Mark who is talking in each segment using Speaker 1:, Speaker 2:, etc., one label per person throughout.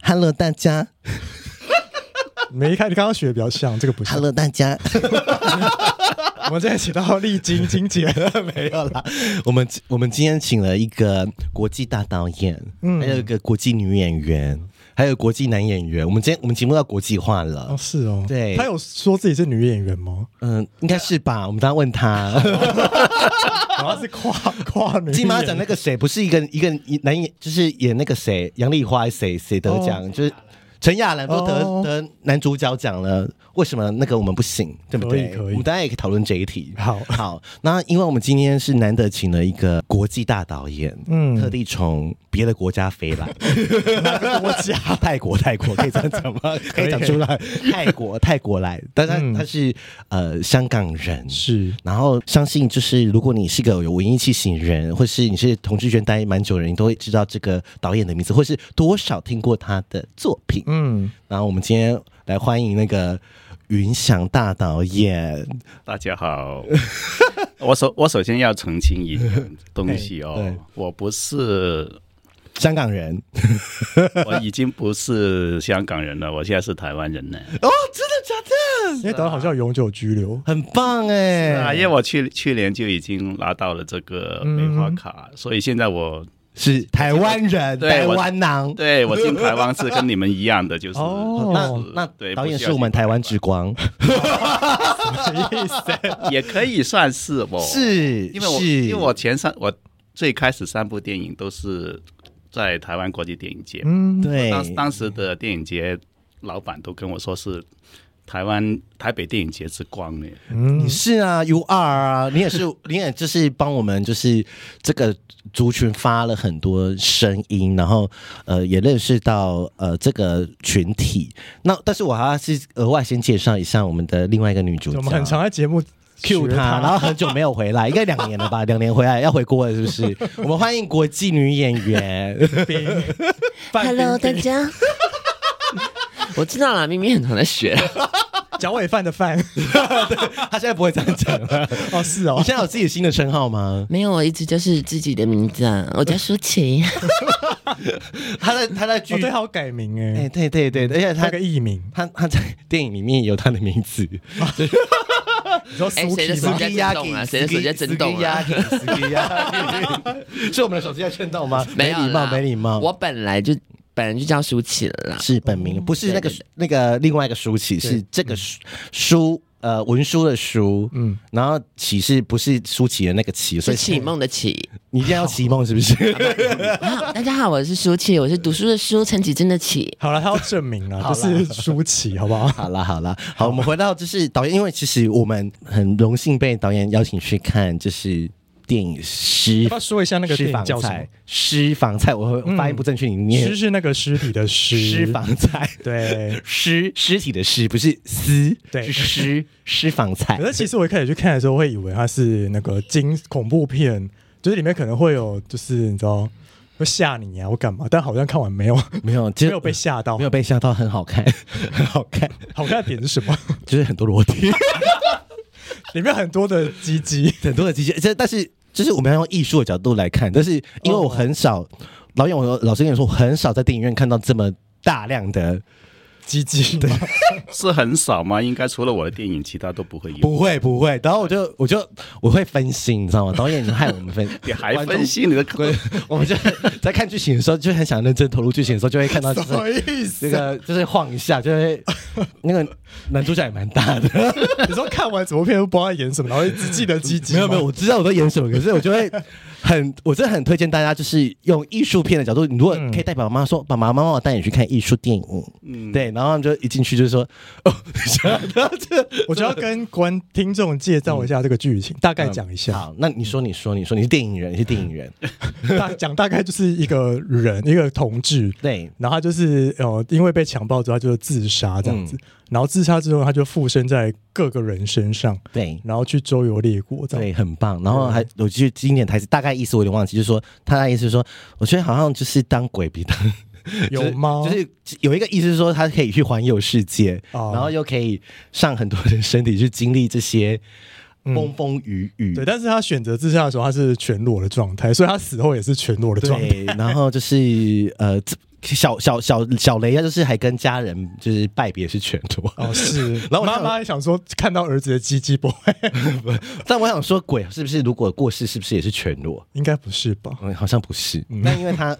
Speaker 1: Hello 大家
Speaker 2: 没看，你刚刚学的比较像，这个不是。
Speaker 1: ，Hello 大家，
Speaker 2: 我们现在请到丽晶晶姐，
Speaker 1: 没有啦。我们我们今天请了一个国际大导演，还有一个国际女演员，还有国际男演员。我们今天我们节目要国际化了
Speaker 2: 哦，，是哦，
Speaker 1: 对
Speaker 2: 她有说自己是女演员吗？
Speaker 1: 嗯、应该是吧？我们等下问他。
Speaker 2: 好像是跨跨女演员。
Speaker 1: 金马奖那个谁不是一个一个男演，就是演那个谁杨丽花谁谁得奖，就是陈雅兰都得、
Speaker 2: 哦
Speaker 1: 得男主角奖了，为什么那个我们不行，对不对？
Speaker 2: 可以可以
Speaker 1: 我们大家也可以讨论这一题。
Speaker 2: 好
Speaker 1: 好，那因为我们今天是难得请了一个国际大导演，嗯，
Speaker 2: 嗯
Speaker 1: 特地从别的国家飞来，
Speaker 2: 哪个国家？
Speaker 1: 泰国，泰国可以这样讲吗？可以讲出来，泰国，泰国来，但他、
Speaker 2: 嗯
Speaker 1: 他是呃香港人，
Speaker 2: 是
Speaker 1: 然后相信就是，如果你是个有文艺气息的人，或是你是同志圈待蛮久的人，你都会知道这个导演的名字，或是多少听过他的作品。
Speaker 2: 嗯，
Speaker 1: 然后我们今天来欢迎那个云翔大导演，
Speaker 3: 大家好， 我首我首先要澄清一点东 西
Speaker 1: 对
Speaker 3: 哦，我不是，
Speaker 1: 香港人
Speaker 3: 哦我已经不是香港人了，我现在是台湾人了。
Speaker 1: 哦，真的假的？
Speaker 2: 因为导演好像有永久居留。
Speaker 1: 很棒 哎、
Speaker 3: 啊，因为我去去年就已经拿到了这个梅花卡，
Speaker 1: 嗯
Speaker 3: 所以现在我
Speaker 1: 是台湾人，
Speaker 3: 对
Speaker 1: 台
Speaker 3: 我
Speaker 1: 湾囊。
Speaker 3: 对我进台湾是跟你们一样 的，就是
Speaker 2: 哦
Speaker 1: 那
Speaker 3: 就是
Speaker 1: 那
Speaker 3: 对
Speaker 1: 导演
Speaker 3: 不需要
Speaker 1: 是我们
Speaker 3: 进
Speaker 1: 台湾之光，
Speaker 3: 也可以算是我，
Speaker 1: 是，
Speaker 3: 因为我
Speaker 1: 是
Speaker 3: 因为我前三我最开始三部电影都是在台湾国际电影节嘛
Speaker 2: 嗯，
Speaker 1: 对
Speaker 3: 当当时的电影节老板都跟我说是台湾台北电影节之光呢。
Speaker 2: 嗯
Speaker 1: 你，是啊，You are 啊， 你也是，你也就是帮我们，就是这个族群发了很多声音，然后呃也认识到呃这个群体。那但是我还是额外先介绍一下我们的另外一个女主角，
Speaker 2: 我们很常在节目
Speaker 1: Q
Speaker 2: 学
Speaker 1: 她，然后很久没有回来，应该两年了吧，两年回来要回国了是不是？我们欢迎国际女演 员，
Speaker 2: 范冰
Speaker 4: Hello，大
Speaker 2: 冰
Speaker 4: 家。 我知道啦，明明很常在学，啊
Speaker 2: 脚尾饭的饭。
Speaker 1: 她现在不会这样讲 了。
Speaker 2: 哦，是哦
Speaker 1: 你，现在有自己新的称号 吗？
Speaker 4: 没有，我一直就是自己的名字啊，我叫舒淇。
Speaker 1: 她在她在剧
Speaker 2: 我哦对，他有改名
Speaker 1: 哎
Speaker 2: 哎，
Speaker 1: 对对对，而且她
Speaker 2: 那个艺名，
Speaker 1: 他他在电影里面有他的名字，
Speaker 2: 你说
Speaker 4: 哎谁的
Speaker 2: Suki
Speaker 4: 手
Speaker 2: 吗？
Speaker 4: 机在震动啊谁的手机在震动啊
Speaker 1: 是我们的手机在震动吗？
Speaker 4: 没有
Speaker 1: 礼貌，
Speaker 4: 啦
Speaker 1: 没礼貌。
Speaker 4: 我本来就本来就叫舒淇了啦。
Speaker 1: 是本名，不是那个
Speaker 4: 对对
Speaker 1: 那个另外一个舒淇，
Speaker 2: 对
Speaker 1: 是这个书书呃文书的书，嗯
Speaker 2: 嗯，
Speaker 1: 然后启是不是舒淇的那个淇，所
Speaker 4: 是
Speaker 1: 以
Speaker 4: 启梦的启。
Speaker 1: 你一定要启梦是不 是？
Speaker 4: 好，大家好，我是舒淇，我是读书的书，陈绮贞的绮。
Speaker 2: 好了，他要证明了，就是舒淇，好不 好？
Speaker 1: 好啦好啦，好，我们回到就是导演，因为其实我们很荣幸被导演邀请去看就是电影《师
Speaker 2: 要不要说一下那个
Speaker 1: 私
Speaker 2: 电影
Speaker 1: 房
Speaker 2: 叫什
Speaker 1: 菜
Speaker 2: 么？，
Speaker 1: 私房菜，我会
Speaker 2: 嗯
Speaker 1: 发音不正确，你念
Speaker 2: 尸是那个尸体的
Speaker 1: 私
Speaker 2: 尸，
Speaker 1: 房菜，
Speaker 2: 对。
Speaker 1: 尸尸体的尸，不是私，是
Speaker 2: 对
Speaker 1: 尸私房菜
Speaker 2: 可。是其实我一开始去看的时候，会以为它是那个惊恐怖片，就是里面可能会有，就是你知道会吓你啊，或干嘛，但好像看完没有，
Speaker 1: 没有，
Speaker 2: 没
Speaker 1: 没
Speaker 2: 有被吓到
Speaker 1: 没。有被吓到，很好看，很好看，
Speaker 2: 好看的点是什么？
Speaker 1: 就是很多裸体，
Speaker 2: 里面很多的鸡鸡，
Speaker 1: 很多的机械，这但是就是我们要用艺术的角度来看，但是因为我很少，老演我老师跟你说，我很少在电影院看到这么大量的，
Speaker 2: 鸡鸡，对，
Speaker 3: 是很少吗？应该除了我的电影，其他都不会有。
Speaker 1: 不会不会，然后我就我就我会分心，你知道吗？导演害我们分，
Speaker 3: 你还分析你的
Speaker 1: 观众？对，我们就 在看剧情的时候，就很想认真投入剧情的时候，就会看到就是
Speaker 2: 什么意思？
Speaker 1: 那个就是晃一下，就 会那个男主角也蛮大的。
Speaker 2: 你说看完什么片都不知道在演什么，然后只记得鸡鸡，
Speaker 1: 没有没有，，我知道我在演什么，可是我就会很，我真的很推荐大家，就是用艺术片的角度，你如果可以带爸爸妈妈说，爸爸妈妈我带你去看艺术电影，嗯，对，然后他们就一进去就说，哦，然后就
Speaker 2: 我就要跟观听众介绍一下这个剧情，大概讲一下，
Speaker 1: 嗯好，那你说你说你说你是电影人，你是电影人，
Speaker 2: 大讲大概就是一个人，一个同志，
Speaker 1: 对，
Speaker 2: 然后他就是呃，因为被强暴之后，他就自杀这样子。然后自杀之后，他就附身在各个人身上，
Speaker 1: 对。
Speaker 2: 然后去周游列国这样。
Speaker 1: 对，很棒。然后还有句经典台词，大概意思我有点忘记，就是说他的意思是说，我觉得好像就是当鬼比当
Speaker 2: 有吗？
Speaker 1: 就是就是有一个意思是说，他可以去环游世界，
Speaker 2: 哦
Speaker 1: 然后又可以上很多人身体去经历这些风风雨雨。
Speaker 2: 嗯对，但是他选择自杀的时候，他是全裸的状态，所以他死后也是全裸的状态。
Speaker 1: 对，然后就是呃，这小小小小雷，他就是还跟家人就是拜别是全 裸。
Speaker 2: 哦，是，
Speaker 1: 然后我
Speaker 2: 妈
Speaker 1: 想
Speaker 2: 妈还想说看到儿子的鸡鸡不会，
Speaker 1: 但我想说，鬼啊是不是如果过世，是不是也是全裸？
Speaker 2: 应该不是吧？
Speaker 1: 嗯，好像不是。那因为 他，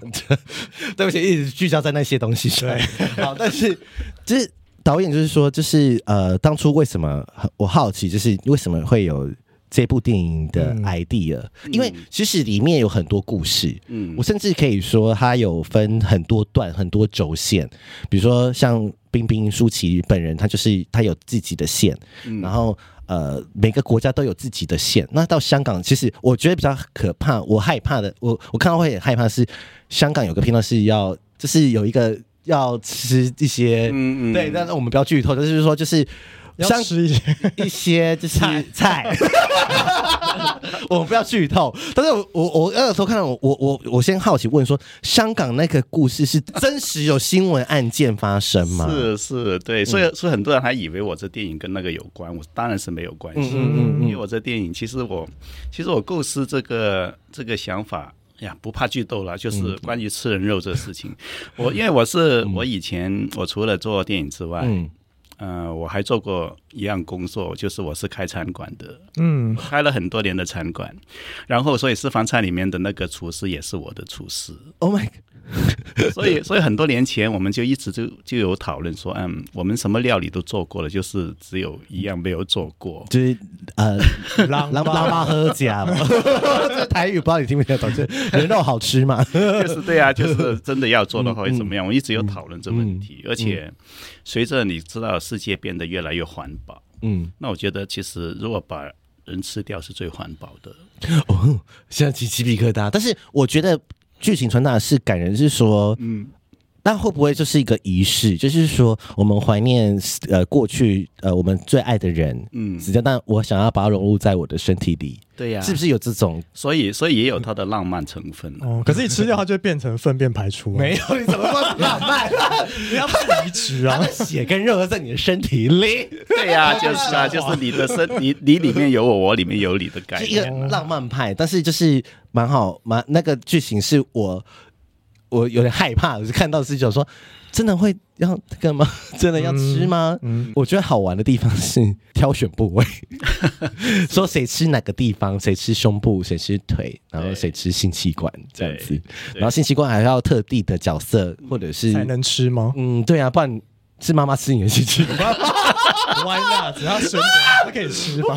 Speaker 1: 对不起，一直聚焦在那些东西上。 好，但是就是导演就是说，就是呃，当初为什么我好奇，就是为什么会有这部电影的
Speaker 2: 嗯
Speaker 1: idea？、因为其实里面有很多故事，
Speaker 3: 嗯
Speaker 1: 我甚至可以说，它有分很多段、很多轴线，比如说像冰冰、舒淇本人，她就是她有自己的线，
Speaker 3: 嗯
Speaker 1: 然后呃，每个国家都有自己的线。那到香港，其实我觉得比较可怕，我害怕的，我我看到会很害怕是香港有个片段是要，就是有一个要吃一些，
Speaker 3: 嗯嗯
Speaker 1: 对，但是我们不要剧透，就是说就是。
Speaker 2: 要
Speaker 1: 香
Speaker 2: 吃一些，
Speaker 1: 一些就是 菜，我们不要剧透。但是我我我那个时候看到我我我我先好奇问说，香港那个故事是真实有新闻案件发生吗？
Speaker 3: 是是，
Speaker 1: 嗯
Speaker 3: 对，所以所以很多人还以为我这电影跟那个有关，我当然是没有关系，
Speaker 1: 嗯
Speaker 3: 因为我这电影其实我其实我构思这个这个想法。哎呀，不怕剧透
Speaker 1: 嗯
Speaker 3: 了，就是关于吃人肉这事情。我因为我是我以前我除了做电影之外，
Speaker 1: 嗯，
Speaker 3: 呃，我还做过一样工作，就是我是开餐馆的，
Speaker 2: 嗯，
Speaker 3: 开了很多年的餐馆，然后所以私房菜里面的那个厨师也是我的厨 师，
Speaker 1: ，Oh my，
Speaker 3: 所以所以很多年前我们就一直就就有讨论说，嗯，我们什么料理都做过了，就是只有一样没有做过。
Speaker 1: 就是呃，
Speaker 2: 狼
Speaker 1: 狼狼巴喝甲嘛， 这台语不知道你听没听得懂，就是人肉好吃嘛，
Speaker 3: 就是嗯对啊， 就是真的要做的话会怎么样？我一直有讨论这问题，而且随着你知道世界变得越来越环保，
Speaker 1: 嗯，
Speaker 3: 那我觉得其实如果把人吃掉是最环保的。
Speaker 1: 哦，现在起鸡皮疙瘩。但是我觉得剧情传达的是感人，是说，嗯，那会不会就是一个仪式？就是说，我们怀念呃过去呃我们最爱的人，嗯，
Speaker 3: 嗯
Speaker 1: 死掉，但我想要把它融入在我的身体里，
Speaker 3: 对呀
Speaker 1: 是不是有这种？
Speaker 3: 所以所以也有它的浪漫成分。
Speaker 2: 哦，可是你吃掉它就会变成粪便排出、啊，
Speaker 1: 没有，你怎么说浪漫？
Speaker 2: 你要是移植
Speaker 1: 他
Speaker 2: 啊
Speaker 1: 的，血跟肉都在你的身体里，
Speaker 3: 对呀、就是
Speaker 1: 哦
Speaker 3: 啊，就是你的身，你你里面有我，我里面有你的概
Speaker 1: 是一个
Speaker 3: 念。
Speaker 1: 浪漫派，但是就是蛮好，蛮那个剧情是我我有点害怕，我是看到是想说，真的会要这个吗？ 真的要吃吗？
Speaker 2: 嗯
Speaker 1: 我觉得好玩的地方是 挑选部位， 说谁吃哪个地方，谁吃胸部，谁吃腿，然后谁吃性器官这样子
Speaker 3: 对，
Speaker 1: 然后性器官还要特地的角色或者是
Speaker 2: 才能吃吗
Speaker 1: 嗯，对啊，不然是妈妈吃你的性器官。
Speaker 2: ？Why not？只要生的，它可以吃吧？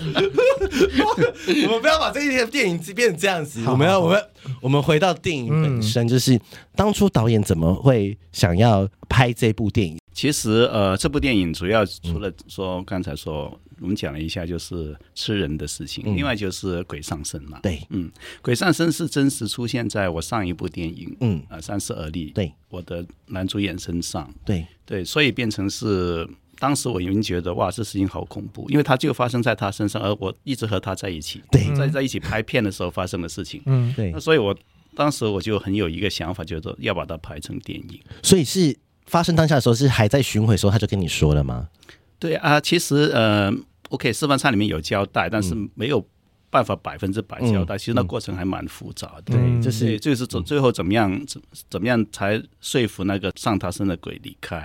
Speaker 1: 我们不要把这一天电影变成这样子，我们要我们我们回到电影本身，就是当初导演怎么会想要拍这部电影？
Speaker 3: 其实呃，这部电影主要除了说刚才说我们讲了一下就是吃人的事情，另外就是鬼上身嘛。，
Speaker 1: 嗯对，
Speaker 3: 嗯，鬼上身是真实出现在我上一部电影，
Speaker 1: 嗯
Speaker 3: 啊、三十而立，
Speaker 1: 对，
Speaker 3: 我的男主演身上，
Speaker 1: 对，
Speaker 3: 对，所以变成是。当时我已经觉得哇，这事情好恐怖，因为它就发生在他身上，而我一直和他在一起，
Speaker 1: 对
Speaker 3: 在在一起拍片的时候发生的事情。
Speaker 2: 嗯，
Speaker 1: 对
Speaker 3: 那，所以我当时我就很有一个想法，觉得要把它拍成电影。
Speaker 1: 所以是发生当下的时候，是还在巡回的时候，他就跟你说了吗？
Speaker 3: 对啊，其实呃，OK，示范菜里面有交代，但是没有办法百分之百交代。其实那过程还蛮复杂的。
Speaker 2: 嗯
Speaker 1: 就
Speaker 3: 对，
Speaker 1: 是
Speaker 3: 就是怎最后怎么样怎怎么样才说服那个上他身的鬼离开，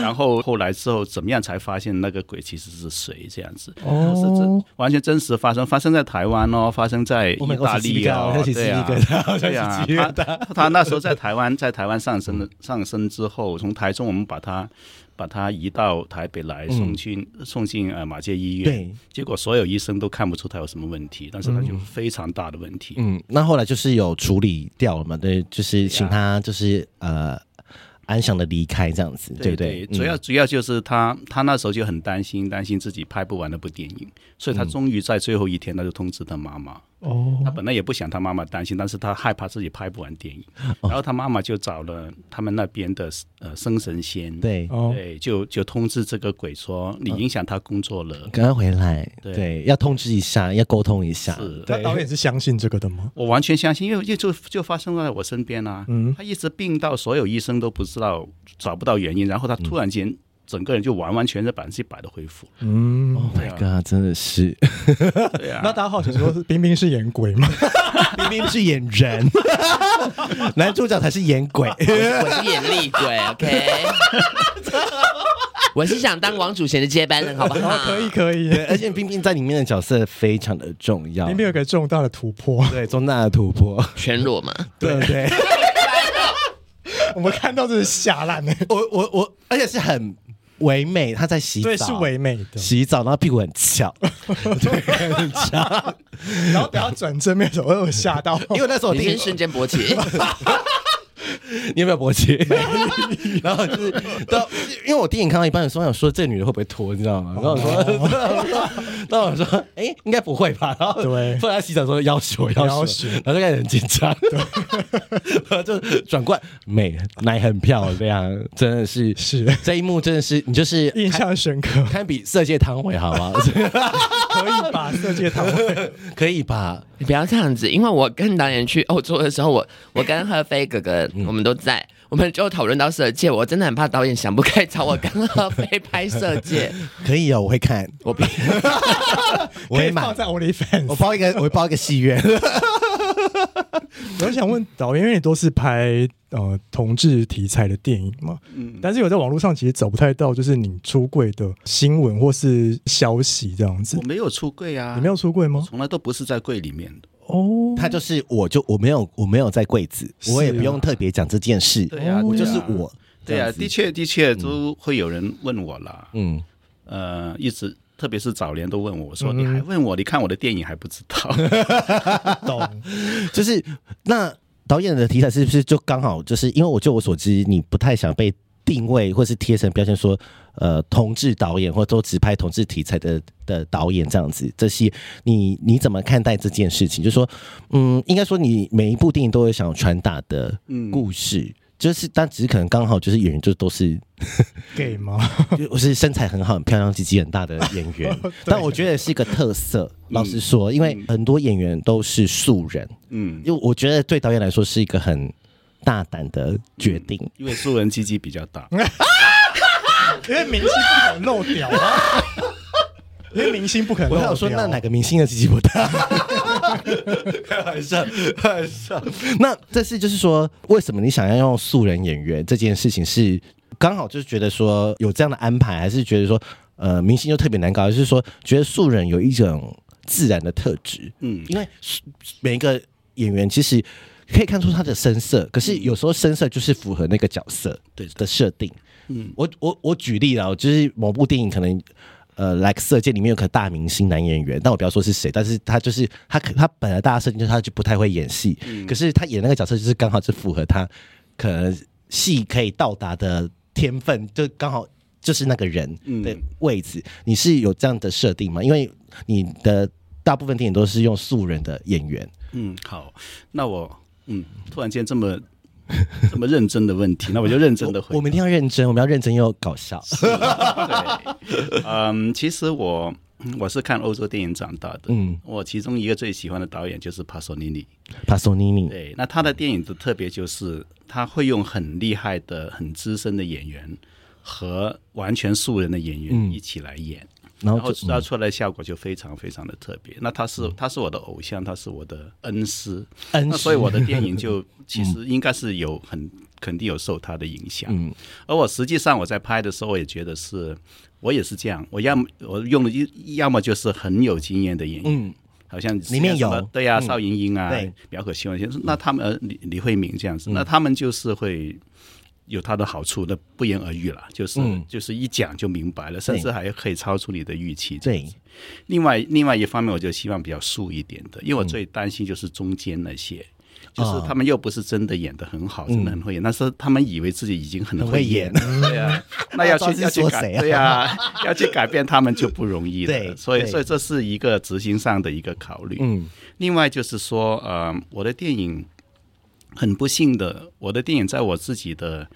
Speaker 3: 然后后来之后怎么样才发现那个鬼其实是谁这样子，
Speaker 2: 哦
Speaker 3: 是真完全真实发生，发生在台湾哦，发生在
Speaker 1: 我们
Speaker 3: 意大利哦，对啊，对啊，他 他那时候在台湾，在台湾上升的上升之后，从台中我们把他把他移到台北来，送去、送进呃马街医院。
Speaker 1: 嗯对，
Speaker 3: 结果所有医生都看不出他有什么问题，但是他就非常大的问题。
Speaker 1: 嗯，那后来就是有处理掉了嘛？对，就是请他就是呃安详的离开这样子，对
Speaker 3: 对
Speaker 1: 不对？嗯
Speaker 3: 主要主要就是他，他那时候就很担心，担心自己拍不完那部电影，所以
Speaker 1: 嗯
Speaker 3: 他终于在最后一天，他就通知他妈妈。
Speaker 2: 哦，
Speaker 3: 他本来也不想他妈妈担心，但是他害怕自己拍不完电影，
Speaker 1: 哦
Speaker 3: 然后他妈妈就找了他们那边的呃生神仙，
Speaker 1: 对，
Speaker 2: 哦，嗯
Speaker 3: 对，就就通知这个鬼说你影响他工作了。
Speaker 1: 赶快回来，
Speaker 3: 对
Speaker 1: 对，要通知一下，要沟通一下，
Speaker 3: 是
Speaker 2: 那导演是相信这个的吗？
Speaker 3: 我完全相信，因为因为就就发生在我
Speaker 2: 嗯
Speaker 3: 身边啊。他一直病到所有医生都不知道找不到原因，然后他突然间整个人就完完全全百分之百的恢复。
Speaker 2: 嗯，
Speaker 1: Oh my god，真的是，
Speaker 3: 对呀、
Speaker 2: 那大家好奇说，冰冰是演鬼 吗？
Speaker 1: 明明是演人， 男主角才是演鬼。
Speaker 4: 我是演厉鬼，OK 。我是想当王祖贤的接班人，好不好？
Speaker 2: 可以，可 以。
Speaker 1: 对，而且冰冰在里面的角色非常的重要
Speaker 2: 冰，哎冰有个重大的突破，
Speaker 1: 对重大的突破，
Speaker 4: 全裸嘛？
Speaker 1: 对不对？
Speaker 2: 我们看到这是吓烂的，
Speaker 1: 我我我，而且是很唯美，她在洗澡，
Speaker 2: 对，是唯美 的。
Speaker 1: 洗澡，然后屁股很翘， 对，很翘。
Speaker 2: 然后等下转正面的时候，我有吓 到，
Speaker 1: 因为那时候我
Speaker 4: 你
Speaker 1: 听
Speaker 4: 先瞬间勃起，
Speaker 1: 你有没有勃起？然后就是到，因为我电影看到一半的时候，我想说这女的会不会脱，你知道吗？然后我说， 然后我说， 哎、应该不会吧？然后
Speaker 2: 对
Speaker 1: 后来洗澡的时候要求要
Speaker 2: 要
Speaker 1: 求
Speaker 2: 求，
Speaker 1: 然后就开始很紧张，然 后就转过来，美奶很漂亮，真的是
Speaker 2: 是
Speaker 1: 这一幕真的是你就是
Speaker 2: 印象深刻，
Speaker 1: 堪比色戒汤唯，好吗？
Speaker 2: 可以把色戒堂 会
Speaker 1: 可以吧？
Speaker 4: 你不要这样子，因为我跟导演去欧洲的时候，我我跟贺飞哥哥
Speaker 1: 嗯
Speaker 4: 我们都在，我们就讨论到色戒，我真的很怕导演想不开，找我跟贺飞拍色 戒，
Speaker 1: 可以哦，我会看，
Speaker 4: 我不
Speaker 1: 我
Speaker 2: 可
Speaker 1: 会
Speaker 2: 以
Speaker 1: 买
Speaker 2: 放，在 OnlyFans
Speaker 1: 我。包一个，我会包一个戏院。
Speaker 2: 我想问导演，因为你都是拍呃同志题材的电影嘛，但是有在网络上其实找不太到，就是你出柜的新闻或是消息这样子
Speaker 3: 我。没有出柜啊，
Speaker 2: 你没有出柜吗？
Speaker 3: 从来都不是在柜里面的。
Speaker 2: 哦，
Speaker 3: 嗯
Speaker 1: 他就是我就我没有我没有在柜子，
Speaker 2: 是啊
Speaker 1: 我也不用特别讲这件事，
Speaker 2: 哦
Speaker 3: 对呀、啊，
Speaker 1: 我
Speaker 3: 对
Speaker 1: 就
Speaker 3: 呀
Speaker 1: 是我，
Speaker 3: 对呀、的确的
Speaker 2: 嗯
Speaker 3: 确都会有人问我啦，
Speaker 1: 嗯，
Speaker 3: 呃，一直特别是早年都问我，我说
Speaker 2: 嗯
Speaker 3: 你还问我，你看我的电影还不知 道，
Speaker 2: 懂，
Speaker 1: 就是那导演的题材是不是就刚好就是因为我就我所知，你不太想被定位或是贴成标签说呃同志导演或都只拍同志题材的的导演这样子，这些你你怎么看待这件事情？就说嗯，应该说你每一部电影都有想传达的
Speaker 3: 嗯
Speaker 1: 故事。就是，但只是可能刚好就是演员就都是
Speaker 2: 给吗？
Speaker 1: 就我是身材很好、很漂亮、鸡鸡很大的演
Speaker 3: 哦
Speaker 1: 员，但我觉得是一个特色。老实说，因为很多演员都是素人，
Speaker 3: 嗯，
Speaker 1: 因为我觉得对导演来说是一个很大胆的决定。
Speaker 3: 因为素人鸡鸡比较大，
Speaker 2: 因为明星不可能漏屌 啊，因为明星不可能
Speaker 1: 我
Speaker 2: 漏
Speaker 1: 还
Speaker 2: 屌。啊
Speaker 1: 有说，那哪个明星的鸡鸡不大？ 开玩笑，开玩笑。那这是就是说，为什么你想要用素人演员这件事情是刚好就是觉得说有这样的安排，还是觉得说呃明星就特别难搞，还是说觉得素人有一种自然的特质？
Speaker 3: 嗯
Speaker 1: 因为每一个演员其实可以看出他的声色，可是有时候声色就是符合那个角色
Speaker 3: 对
Speaker 1: 的设定。
Speaker 3: 嗯
Speaker 1: 我我我举例啊，就是某部电影可能。呃，来色戒里面有个大明星男演员，但我不要说是谁，但是他就是他可，他本来大家设定就是他就不太会演戏，
Speaker 3: 嗯
Speaker 1: 可是他演那个角色就是刚好是符合他可能戏可以到达的天分，就刚好就是那个人
Speaker 3: 嗯
Speaker 1: 的位置。你是有这样的设定吗？因为你的大部分电影都是用素人的演员，
Speaker 3: 嗯，好，那我嗯，突然间这么这么认真的问题，那我就认真的回答
Speaker 1: 我我们一定要认真，我们要认真又搞笑。
Speaker 3: 对，嗯，其实我我是看欧洲电影长大的，
Speaker 1: 嗯，
Speaker 3: 我其中一个最喜欢的导演就是帕索尼尼，
Speaker 1: 帕索尼尼，
Speaker 3: 对，那他的电影的特别就是他会用很厉害的、很资深的演员和完全素人的演员一起来演。
Speaker 1: 嗯然
Speaker 3: 然后啊
Speaker 1: 后就嗯
Speaker 3: 制造出来的效果就非常非常的特别。那他是他是我的偶像，他是我的恩师，
Speaker 1: 恩师
Speaker 3: 那所以我的电 影就其实应该是有很肯定有受他的影响。
Speaker 1: 嗯，
Speaker 3: 而我实际上我在拍的时候，我也觉得是我也是这样，我要么我用的一要么就是很有经验的演员。
Speaker 1: 嗯
Speaker 3: 好像
Speaker 1: 里面有
Speaker 3: 像什么对呀、
Speaker 1: 嗯
Speaker 3: 邵莹莹啊
Speaker 1: 对，嗯
Speaker 3: 苗可希文先生，那他们呃李李慧敏这样子，那他们就是会有它的好处，那不言而喻了，就是、
Speaker 1: 嗯
Speaker 3: 就是一讲就明白了，甚至还可以超出你的预期。
Speaker 1: 对，
Speaker 3: 另外另外一方面，我就希望比较素一点的，因为
Speaker 1: 嗯
Speaker 3: 我最担心就是中间那
Speaker 1: 啊
Speaker 3: 些。就是他们又不是真的演的很好，真的很会演，但是他们以为自己已经很
Speaker 1: 嗯很会演
Speaker 3: 演， 对呀、那要
Speaker 1: 不
Speaker 3: 去
Speaker 1: 知道
Speaker 3: 要
Speaker 1: 是
Speaker 3: 去
Speaker 1: 说
Speaker 3: 改
Speaker 1: 谁啊，
Speaker 3: 对呀、 要去改变他们就不容易了。
Speaker 1: 对
Speaker 3: 所以
Speaker 1: 对
Speaker 3: 所以这是一个执行上的一个考虑。
Speaker 1: 嗯
Speaker 3: 另外就是说，呃，我的电影很不幸的，我的电影在我自己的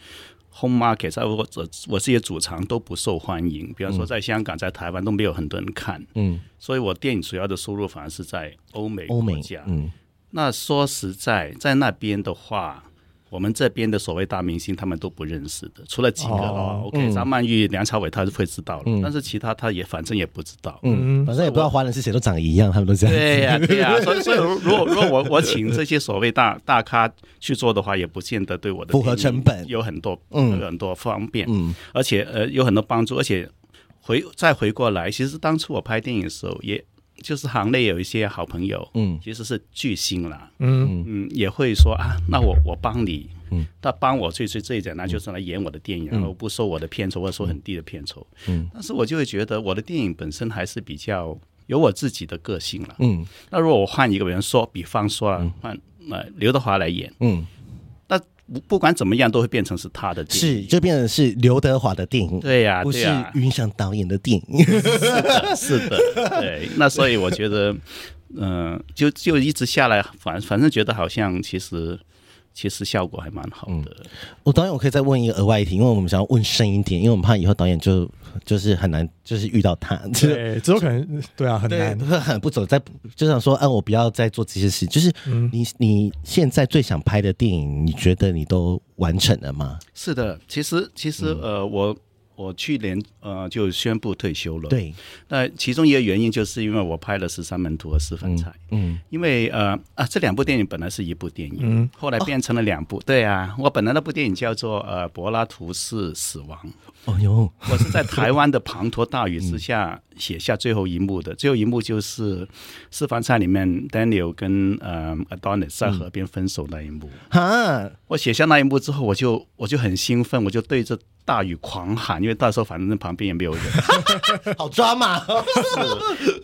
Speaker 3: home market，在我我我自己的主场都不受欢迎。比方说，在香港、在台湾都没有很多人看，
Speaker 1: 嗯，
Speaker 3: 所以我电影主要的收入反而是在欧美
Speaker 1: 欧
Speaker 3: 国
Speaker 1: 美
Speaker 3: 家。，
Speaker 1: 嗯
Speaker 3: 那说实在，在那边的话，我们这边的所谓大明星，他们都不认识的，除了几个
Speaker 2: 哦
Speaker 3: 哦，OK，张
Speaker 1: 嗯
Speaker 3: 曼玉、梁朝伟他是会知道了，但是其他他也反正也不知道。
Speaker 1: 嗯，反正也不知道华人是谁，都长一样，他们都这样。
Speaker 3: 对呀，对 呀，所以所以如果如果我我请这些所谓大大咖去做的话，也不见得对我的
Speaker 1: 符合
Speaker 3: 电影
Speaker 1: 成本
Speaker 3: 有很多
Speaker 1: 嗯
Speaker 3: 有很多方便，
Speaker 1: 嗯
Speaker 3: 而且呃有很多帮助，而且回再回过来，其实当初我拍电影的时候，也就是行内有一些好朋友，
Speaker 1: 嗯
Speaker 3: 其实是巨星啦，
Speaker 2: 嗯
Speaker 3: 嗯，也会说啊，那我我帮你，
Speaker 1: 嗯，
Speaker 3: 他帮我最最最简单就是来演我的电影，然后不收我的片酬或者收很低的片酬，
Speaker 1: 嗯，
Speaker 3: 但是我就会觉得我的电影本身还是比较有我自己的个性了。
Speaker 1: 嗯
Speaker 3: 那如果我换一个人说，比方说啊，换呃刘德华来演，
Speaker 1: 嗯，
Speaker 3: 那不不管怎么样都会变成是他的电
Speaker 1: 是
Speaker 3: 影，
Speaker 1: 就变成是刘德华的电影，
Speaker 3: 对呀、
Speaker 1: 不
Speaker 3: 对啊
Speaker 1: 是
Speaker 3: 呀、
Speaker 1: 云翔导演的电影。
Speaker 3: 是的，对。那所以我 觉得，嗯、就就一直下来，反反正觉得好像其实其实效果还蛮好
Speaker 1: 嗯
Speaker 3: 的。
Speaker 1: 我导演，我可以再问一个额外一题，因为我们想要问深一点，因为我们怕以后导演就就是很难，就是遇到他，就是
Speaker 2: 对，之后可能对啊很
Speaker 1: 对，
Speaker 2: 难
Speaker 1: 不。是很不走，在就想说，哎、我不要再做这些事。就是
Speaker 3: 嗯
Speaker 1: 你、你现在最想拍的电影，你觉得你都完成了吗？
Speaker 3: 是的，其实其实
Speaker 1: 嗯
Speaker 3: 呃，我我去年呃就宣布退休了。，
Speaker 1: 对，
Speaker 3: 那其中一个原因就是因为我拍了《十三门徒》和《十分菜》。
Speaker 1: 嗯，
Speaker 3: 因为呃啊，这两部电影本来是一部电影，后来变成了两部。对啊，我本来那部电影叫做呃《柏拉图式死亡》，
Speaker 1: 哦哟，
Speaker 3: 我是在台湾的滂沱大雨之下写下最后一幕的。最后一幕就是《四方菜》里面 Daniel 跟呃 Adonis 在河边分手那一幕。
Speaker 1: 哈，
Speaker 3: 我写下那一幕之后，我就我就很兴奋，我就对着大雨狂喊，因为到时候反正旁边 也没有人。
Speaker 1: 好抓马，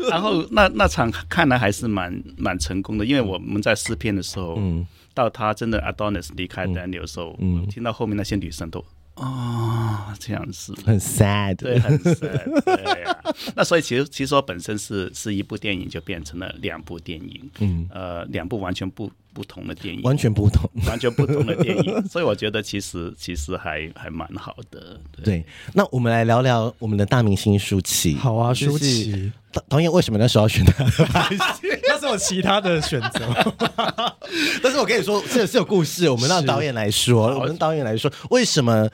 Speaker 3: 然后那那场看来还是蛮蛮成功的，因为我们在试片的时候，
Speaker 1: 嗯
Speaker 3: 到他真的 Adonis 离开 Daniel 的时候，
Speaker 1: 嗯
Speaker 3: 我听到后面那些女生都啊、这样子。
Speaker 1: 很 sad，
Speaker 3: 对，很 sad，对啊。那所以其实其实我本身是是一部电影，就变成了两部电影，
Speaker 1: 嗯，
Speaker 3: 呃，两部完全不不同的电影，
Speaker 1: 完全不同。
Speaker 3: 完全不同的电 影。所以我觉得其实其实还还蛮好的。对
Speaker 1: 对，那我们来聊聊我们的大明星舒淇。
Speaker 2: 好啊，
Speaker 1: 就是
Speaker 2: 舒淇，
Speaker 1: 导导演为什么那时候要选他？
Speaker 2: 那是有其他的选择。
Speaker 1: 但是我跟你说，这是有故事。我们让导演来说，我们导演来说，为什么？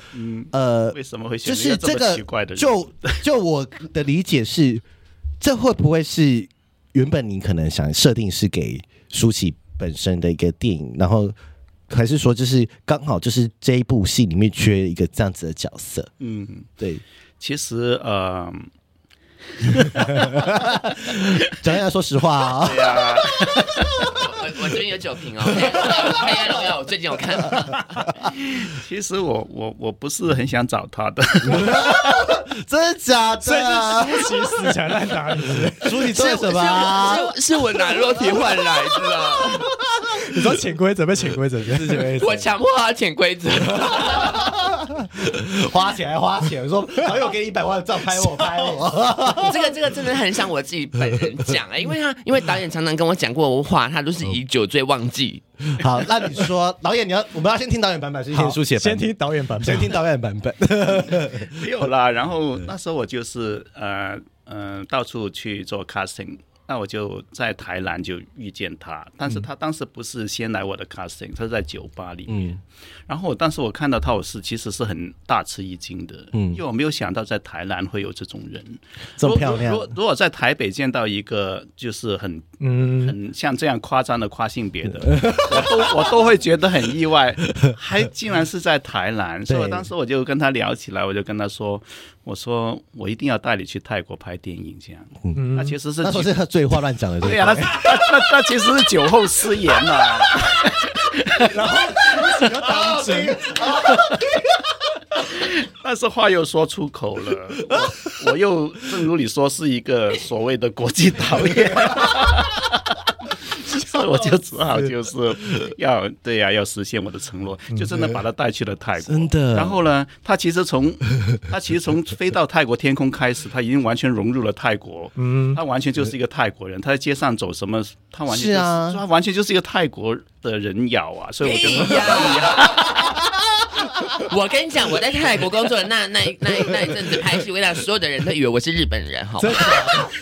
Speaker 1: 呃，
Speaker 3: 为什么会选
Speaker 1: 就
Speaker 3: 一
Speaker 1: 是
Speaker 3: 这
Speaker 1: 这
Speaker 3: 么
Speaker 1: 个
Speaker 3: 奇怪的人？
Speaker 1: 就就我的理解是，这会不会是原本你可能想设定是给舒淇本身的一个电影，然后还是说就是刚好就是这一部戏里面缺一个这样子的角色？
Speaker 3: 嗯，
Speaker 1: 对，
Speaker 3: 其实呃，
Speaker 1: 讲一下说实话啊、
Speaker 3: 对啊，
Speaker 4: 我我这边有酒瓶哦， 黑暗荣耀，我最近 有看，
Speaker 3: 其实我我我不是很想找他的，
Speaker 1: 真的假
Speaker 2: 所以
Speaker 1: 的啊？
Speaker 2: 是舒淇死缠烂打你，
Speaker 1: 舒淇做了什么啊？
Speaker 4: 是是我拿肉体换 来的，
Speaker 2: 你说潜规则被潜规则，是潜规
Speaker 4: 我强迫他潜规 则，
Speaker 1: 花钱还花钱，说朋友给你一百万，照拍我拍我。
Speaker 4: 这个这个真的很想我自己本人讲啊，因为他因为导演常常跟我讲过话，他都是以酒醉忘记，
Speaker 1: 好，那你说导演，你要我们要先听导演版本，还是先听舒淇的版
Speaker 2: 先
Speaker 1: 本
Speaker 2: 听导演版本，
Speaker 1: 先听导演版本。
Speaker 3: 没 有啦。然后那时候我就是呃呃到处去做 casting，那我就在台南就遇见他，但
Speaker 1: 嗯
Speaker 3: 是他当时不是先来我的 casting，他是在酒吧里面。
Speaker 1: 嗯
Speaker 3: 然后我当时我看到他，我是其实是很大吃一惊的，嗯，因为我没有想到在台南会有这种人，
Speaker 1: 这么
Speaker 3: 如
Speaker 1: 漂亮
Speaker 3: 如如如果在台北见到一个就是很
Speaker 2: 嗯，
Speaker 3: 很像这样夸张的跨性别的，我都我都会觉得很意外，还竟然是在台南，所以我当时我就跟他聊起来，我就跟他说，我说我一定要带你去泰国拍电影，这样，嗯，那其实是
Speaker 1: 那时候是他醉话乱讲的，
Speaker 3: 对呀、那是那那那其实是酒后失言啊了、
Speaker 1: 当真。
Speaker 3: 但是话又说出口了，我我又正如你说是一个所谓的国际导演， 所以我就只好就是要对呀、要实现我的承诺，就真的把他带去了泰国，
Speaker 1: 真的
Speaker 3: 然后呢，他其实从 他其实从飞到泰国天空开始，他已经完全融入了泰国，嗯，他完全就是一个泰国人，他在街上走什么，他完全就是
Speaker 1: 啊
Speaker 3: 他完全就是一个泰国的人妖啊，所以我觉得。
Speaker 4: 哎
Speaker 1: 哎
Speaker 4: 呀！ 我跟你讲，我在泰国工作的那那那那一阵子拍戏，我让所有的人都以为我是日本人，好吗？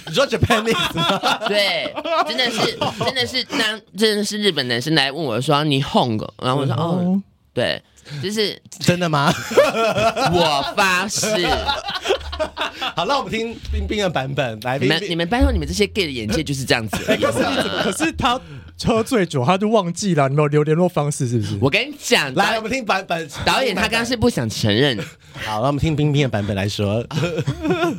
Speaker 1: 你说 Japanese 吗
Speaker 4: 对，真
Speaker 1: 嗯
Speaker 4: 的是，真的是当真的是日本男生来问我说你 hong，然后我说哦，对，就是
Speaker 1: 真的吗？
Speaker 4: 我 发誓，
Speaker 1: 好，那我们听冰冰的版本来。
Speaker 4: 你
Speaker 1: 冰
Speaker 4: 们
Speaker 1: 冰
Speaker 4: 你们拜托你们这些 gay 的眼界就是这样子而已。
Speaker 2: 可是他喝醉酒，他就忘记了，你们有留联络方式是不是？
Speaker 4: 我跟你讲，
Speaker 1: 来，
Speaker 4: 导
Speaker 1: 我们听版本。
Speaker 4: 导演他刚刚是不想承认，
Speaker 1: 好，那我们听冰冰的版本来说。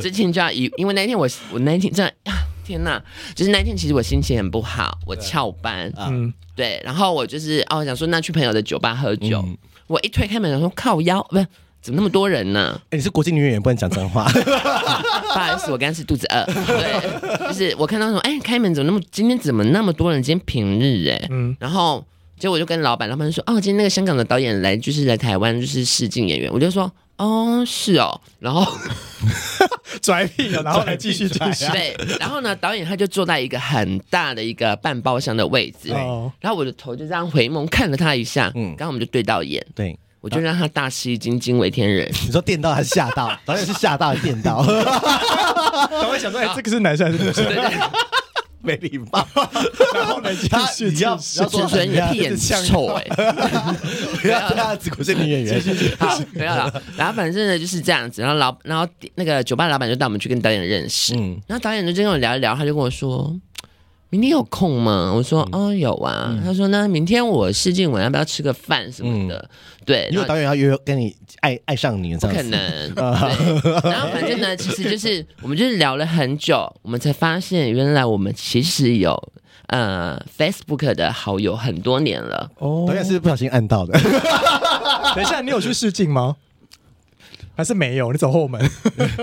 Speaker 4: 之前就要以，因为那天我我那天真的，啊天呐，就是那天其实我心情很不好，我翘班，
Speaker 2: 嗯，
Speaker 4: 对，然后我就是哦想说那去朋友的酒吧喝酒，我一推开门想说靠腰，不是怎么那么多人呢？
Speaker 1: 哎你是国际女演员，不能讲脏话。
Speaker 4: 不好意思，我刚刚是肚子饿。对，就是我看到说，哎，开门怎么那么今天怎么那么多人？今天平日哎、
Speaker 2: 嗯
Speaker 4: 然后结果我就跟老板，老板就说，哦，今天那个香港的导演来，就是来台湾就是试镜演员，我就说。哦，是哦，然后
Speaker 2: 拽屁了，然后来继续继续。
Speaker 4: 对，然后呢，导演他就坐在一个很大的一个半包厢的位置，
Speaker 2: 哦，
Speaker 4: 然后我的头就这样回眸看了他一下，嗯，刚刚我们就对到眼，
Speaker 1: 对，
Speaker 4: 我就让他大吃一惊，惊为天人，
Speaker 1: 你说电到还是吓 到？导演是吓到还是电到？
Speaker 2: 导演想说，哎，这个是男生还是女生？
Speaker 1: 没礼貌。
Speaker 2: 然后来继
Speaker 1: 他
Speaker 2: 续
Speaker 1: 你要
Speaker 2: 继
Speaker 1: 你
Speaker 2: 续
Speaker 1: 要
Speaker 4: 纯
Speaker 1: 说
Speaker 4: 纯你的屁眼
Speaker 1: 很像
Speaker 4: 臭哎、
Speaker 1: 不要这样子，国际女演 员。
Speaker 4: 好，没有了。然后反正呢就是这样子，然后老然后那个酒吧老板就带我们去跟导演认识，
Speaker 1: 嗯
Speaker 4: 然后导演就跟我聊一聊，他就跟我说。明天有空吗？我说、
Speaker 1: 嗯
Speaker 4: 哦有啊。他说那明天我试镜完要不要吃个饭什么
Speaker 1: 嗯
Speaker 4: 的？对，
Speaker 1: 因
Speaker 4: 然
Speaker 1: 为
Speaker 4: 后
Speaker 1: 导演要约跟你爱爱上你这
Speaker 4: 不
Speaker 1: 样
Speaker 4: 可
Speaker 1: 子，
Speaker 4: 能。 对，然后反正呢，其实就是我们就是聊了很久，我们才发现原来我们其实有呃 Facebook 的好友很多年了。
Speaker 2: 哦
Speaker 1: 导演是不是不小心按到 的。
Speaker 2: 等一下，你有去试镜吗？还是没有？你走 后门，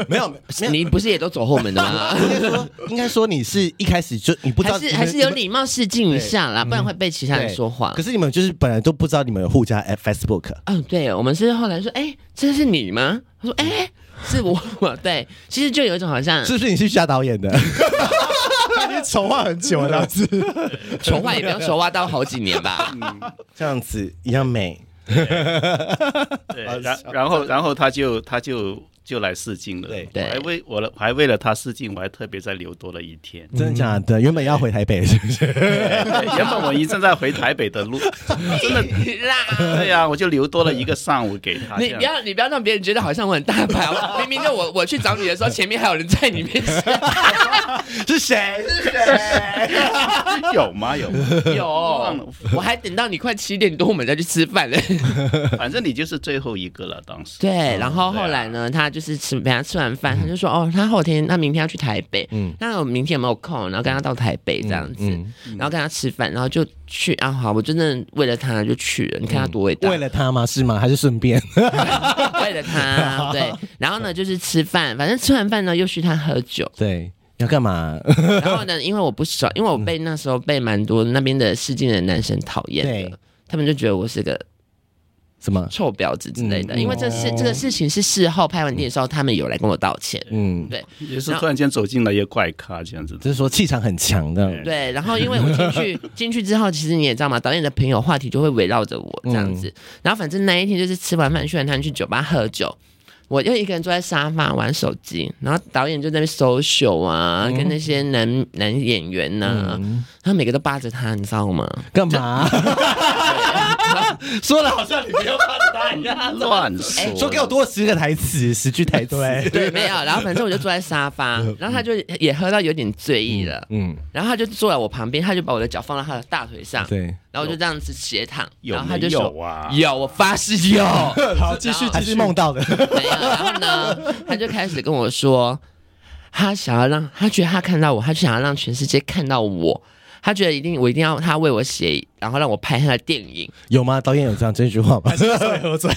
Speaker 1: 没有，没有。
Speaker 4: 你不是也都走后门的 吗？
Speaker 1: 应该说，应该说你是一开始就你不知道
Speaker 4: 还
Speaker 1: 你
Speaker 4: 是
Speaker 1: 们，
Speaker 4: 还是有
Speaker 1: 你们
Speaker 4: 礼貌试镜一下啦，不然会被其他人说话
Speaker 1: 可。是你们就是本来都不知道你们有互加 Facebook，
Speaker 4: 嗯，对，我们是后来说，哎，这是你吗？他说，哎，是我，我 对，其实就有一种好像
Speaker 1: 是不是？你是夏导演的，
Speaker 2: 你丑化很久了，是不是
Speaker 4: 筹划也不用筹划到好几年吧？
Speaker 1: 这样子一样美。
Speaker 3: 对，
Speaker 1: 呃
Speaker 3: 然然后然后他就他就就来试镜了，
Speaker 1: 对。
Speaker 4: 对
Speaker 3: 我还为我了还为了他试镜，我还特别再留多了一天
Speaker 1: 真的假
Speaker 4: 嗯
Speaker 1: 的？原本要回台北是不是？
Speaker 3: 对原本我一正在回台北 的路，真的，哎
Speaker 4: 啦。
Speaker 3: 对呀、我就留多了一个上午给他。
Speaker 4: 你
Speaker 3: 这
Speaker 4: 不
Speaker 3: 样
Speaker 4: 要，你不要让别人觉得好像我很大牌。我明明就我我去找你的时候，前面还有人在你面前。
Speaker 1: 是谁？ 是谁？
Speaker 3: 有吗？有吗？
Speaker 4: 有， 我还等到你快七点多，我们再去 吃饭嘞。
Speaker 3: 反正你就是最后一个了，当时。
Speaker 1: 嗯
Speaker 4: 对，然后
Speaker 3: 对啊
Speaker 4: 后来呢，他就是吃陪他吃完饭，他就说哦，他后天他明天要去台北，
Speaker 1: 嗯
Speaker 4: 那我明天有没有空？然后跟他到台北这样子，
Speaker 1: 嗯
Speaker 4: 然后跟他吃饭，然后就去啊，好，我真的为了他就去了，你看他多伟大，
Speaker 1: 嗯为了他吗？是吗？还是顺便？
Speaker 4: 为 了他，对，然后呢就是吃饭，反正吃完饭呢又去他喝 酒，
Speaker 1: 对，要干嘛？
Speaker 4: 然后呢，因为我不熟，因为我被那时候被蛮多那边的试镜的男生讨厌
Speaker 1: 对
Speaker 4: 的，他们就觉得我是个
Speaker 1: 什么？
Speaker 4: 臭婊子之类的，
Speaker 1: 嗯
Speaker 4: 因为这事、
Speaker 2: 哦
Speaker 4: 这个事情是事后拍完电影之后，他们有来跟我道歉，
Speaker 1: 嗯，
Speaker 4: 对。
Speaker 3: 啊也是突然间走进了一个怪咖这样 子。
Speaker 1: 就是说气场很强的。
Speaker 4: 对，然后因为我进去进去之后，其实你也知道嘛，导演的朋友话题就会围绕着我这样子。
Speaker 1: 嗯
Speaker 4: 然后反正那一天就是吃完饭去完他去酒吧喝酒，我又一个人坐在沙发玩手机，然后导演就在那边 social 啊，
Speaker 1: 嗯
Speaker 4: 跟那些男男演员呐、他每个都扒着他，你知道吗？
Speaker 1: 干嘛？说了好像你没有
Speaker 3: 乱
Speaker 4: 哎
Speaker 3: 说，
Speaker 1: 说给我多十个台词，十句 台词。
Speaker 2: 对，
Speaker 4: 对，没有。然后反正我就坐在沙发，然后他就也喝到有点醉意了，
Speaker 1: 嗯，
Speaker 4: 然后他就坐在我旁边，他就把我的脚放到他的大腿上，
Speaker 1: 对。
Speaker 4: 然后我就这样子斜躺，
Speaker 3: 有
Speaker 4: 然后他
Speaker 3: 没
Speaker 4: 就说
Speaker 3: 有啊？
Speaker 4: 有，我发誓有。
Speaker 2: 好，继续
Speaker 1: 还
Speaker 2: 继
Speaker 1: 是
Speaker 2: 续
Speaker 1: 梦到的，
Speaker 4: 没有，然后呢，他就开始跟我说，他想要让他觉得他看到我，他就想要让全世界看到我，他觉得一定我一定要他为我写，然后让我拍他的电影。
Speaker 1: 有吗？导演有这样这句话吗
Speaker 2: 还？是喝醉喝醉，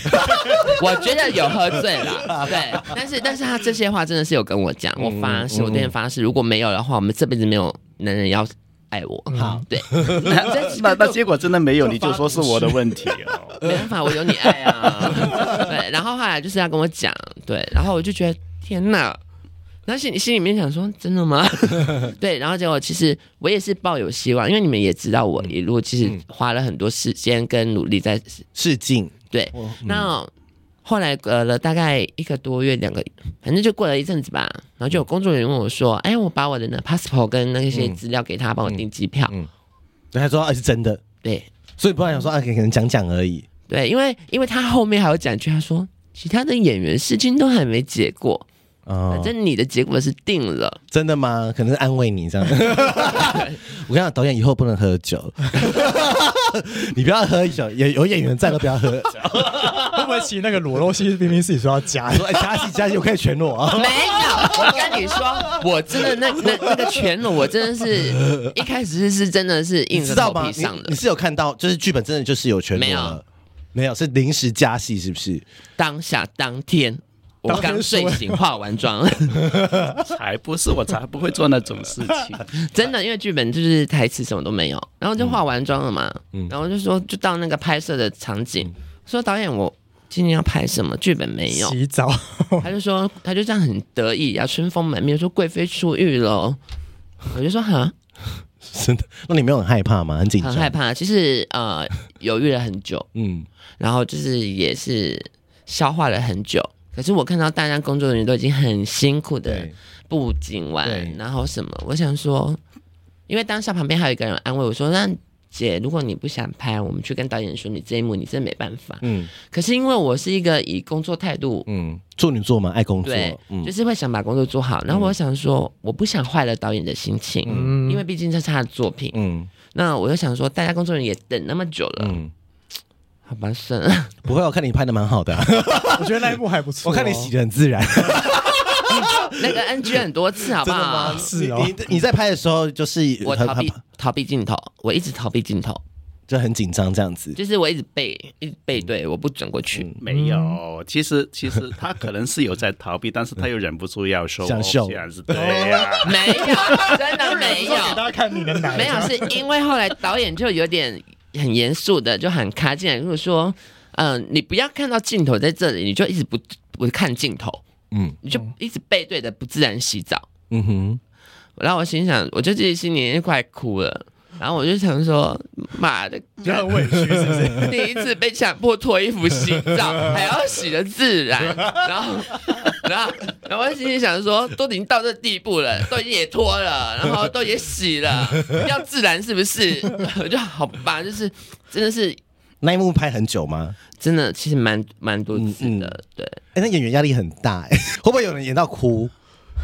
Speaker 4: 我觉得有喝醉了，对，但是但是他这些话真的是有跟我讲，我发誓，我对天发誓，如果没有的话，我们这辈子没有男人要。爱我好，对，
Speaker 3: 那那结果真的没有，你就说是我的问题哦。
Speaker 4: 没办法，我有你爱啊。对，然后后来就是要跟我讲，对，然后我就觉得天哪，然后心心里面想说真的吗？对，然后结果其实我也是抱有希望，因为你们也知道我一路其实花了很多时间跟努力在
Speaker 1: 试镜，
Speaker 4: 对，那。后来隔了大概一个多月，两个，反正就过了一阵子吧。然后就有工作人员问我说：“哎，我把我的那 passport 跟那些资料给他，帮我订机票。
Speaker 1: 嗯对他说哎是真的，
Speaker 4: 对，
Speaker 1: 啊所以不然想说啊，可能讲讲而已。
Speaker 4: 对，因为因为他后面还有讲一句，他说其他的演员事情都还没结果，
Speaker 5: 哦
Speaker 4: 反正你的结果是定了。
Speaker 5: 真的吗？可能是安慰你这样。 我跟你讲，导演以后不能喝酒， 你不要喝酒，有有演员在都不要喝。
Speaker 2: 会不会其实那个裸露戏明明自己说要加
Speaker 5: 说哎，加戏加戏，我可以全裸啊。
Speaker 4: 没有，我跟你 说，我真的那那那个全裸，我真的是一开始是是真的是硬
Speaker 5: 你
Speaker 4: 着
Speaker 5: 知道
Speaker 4: 头
Speaker 5: 吗？
Speaker 4: 皮
Speaker 5: 你
Speaker 4: 上的
Speaker 5: 你，是有看到，就是剧本真的就是有全裸
Speaker 4: 没有
Speaker 5: 了，没有是临时加戏是不是？
Speaker 4: 当下当天。我
Speaker 2: 当天
Speaker 4: 刚睡
Speaker 2: 说
Speaker 4: 醒，化完 妆，
Speaker 3: 才不是，我才不会做那种事情。
Speaker 4: 真的，因为剧本就是台词什么都没有，然后就化完妆了嘛，
Speaker 5: 嗯
Speaker 4: 然后就说就到那个拍摄的场景，说导演我今天要拍什么，剧本没有，
Speaker 2: 洗澡？
Speaker 4: 他就说，他就这样很得意啊，春风满面说贵妃出狱喽。我就说哈，
Speaker 5: 真的？那你没有很害怕吗？很紧张？
Speaker 4: 很害。怕。其实呃，犹豫了很 久，
Speaker 5: 嗯，
Speaker 4: 然后就是也是消化了很久。可是我看到大家工作人员都已经很辛苦的
Speaker 5: 对，
Speaker 4: 布景完
Speaker 5: 对，
Speaker 4: 然后什么，我想说，因为当下旁边还有一个人安慰我说：“那姐，如果你不想拍，我们去跟导演说你这一幕你真没办法。
Speaker 5: 嗯”
Speaker 4: 可是因为我是一个以工作态度
Speaker 5: 嗯，处女座嘛，爱工作
Speaker 4: 对，，
Speaker 5: 嗯
Speaker 4: 就，是会想把工作做好。然后我想说，我不想坏了导演的心情，
Speaker 2: 嗯
Speaker 4: 因为毕竟这是他的作品。
Speaker 5: 嗯
Speaker 4: 那我就想说，大家工作人员也等那么久了，
Speaker 5: 嗯，
Speaker 4: 好吧，算了。
Speaker 5: 不会，我看你拍的蛮好的啊，
Speaker 2: 我觉得那一幕还不错 哦。
Speaker 5: 我看你洗的很自然，
Speaker 4: 那个 NG 很多次，好不好？
Speaker 2: 是哦
Speaker 5: 你 你你在拍的时候就是
Speaker 4: 我
Speaker 5: 很
Speaker 4: 逃避逃避镜头，我一直逃避镜头，
Speaker 5: 就很紧张这样子，
Speaker 4: 就是我一直背，一直背对，我不转过去。
Speaker 3: 没有，其实其实他可能是有在逃避，但是他又忍不住要说，
Speaker 5: 想秀
Speaker 3: 这样子对呀、
Speaker 4: 没有，真的没有
Speaker 2: 给，大家看你的奶，
Speaker 4: 没有，是因为后来导演就有点很严肃的就喊卡进来，如果说，嗯、你不要看到镜头在这里，你就一直不不看镜头，
Speaker 5: 嗯
Speaker 4: 你就一直背对着不自然洗澡。
Speaker 5: 嗯哼，
Speaker 4: 然后我心想，我就自己心里面快哭了。然后我就想说，妈的，
Speaker 2: 就很委屈， 是不是？
Speaker 4: 第一次被强迫脱衣服洗澡，还要洗的自 然，然后，然后，然后我心里想说，都已经到这地步了，都已经也脱了，然后都也洗 了，要自然是不是？我就好吧，就是真的是
Speaker 5: 那一幕拍很久吗？
Speaker 4: 真的，其实蛮蛮多次
Speaker 5: 嗯
Speaker 4: 的，
Speaker 5: 嗯
Speaker 4: 对。
Speaker 5: 哎、那演员压力很大、欸， 会不会有人演到哭？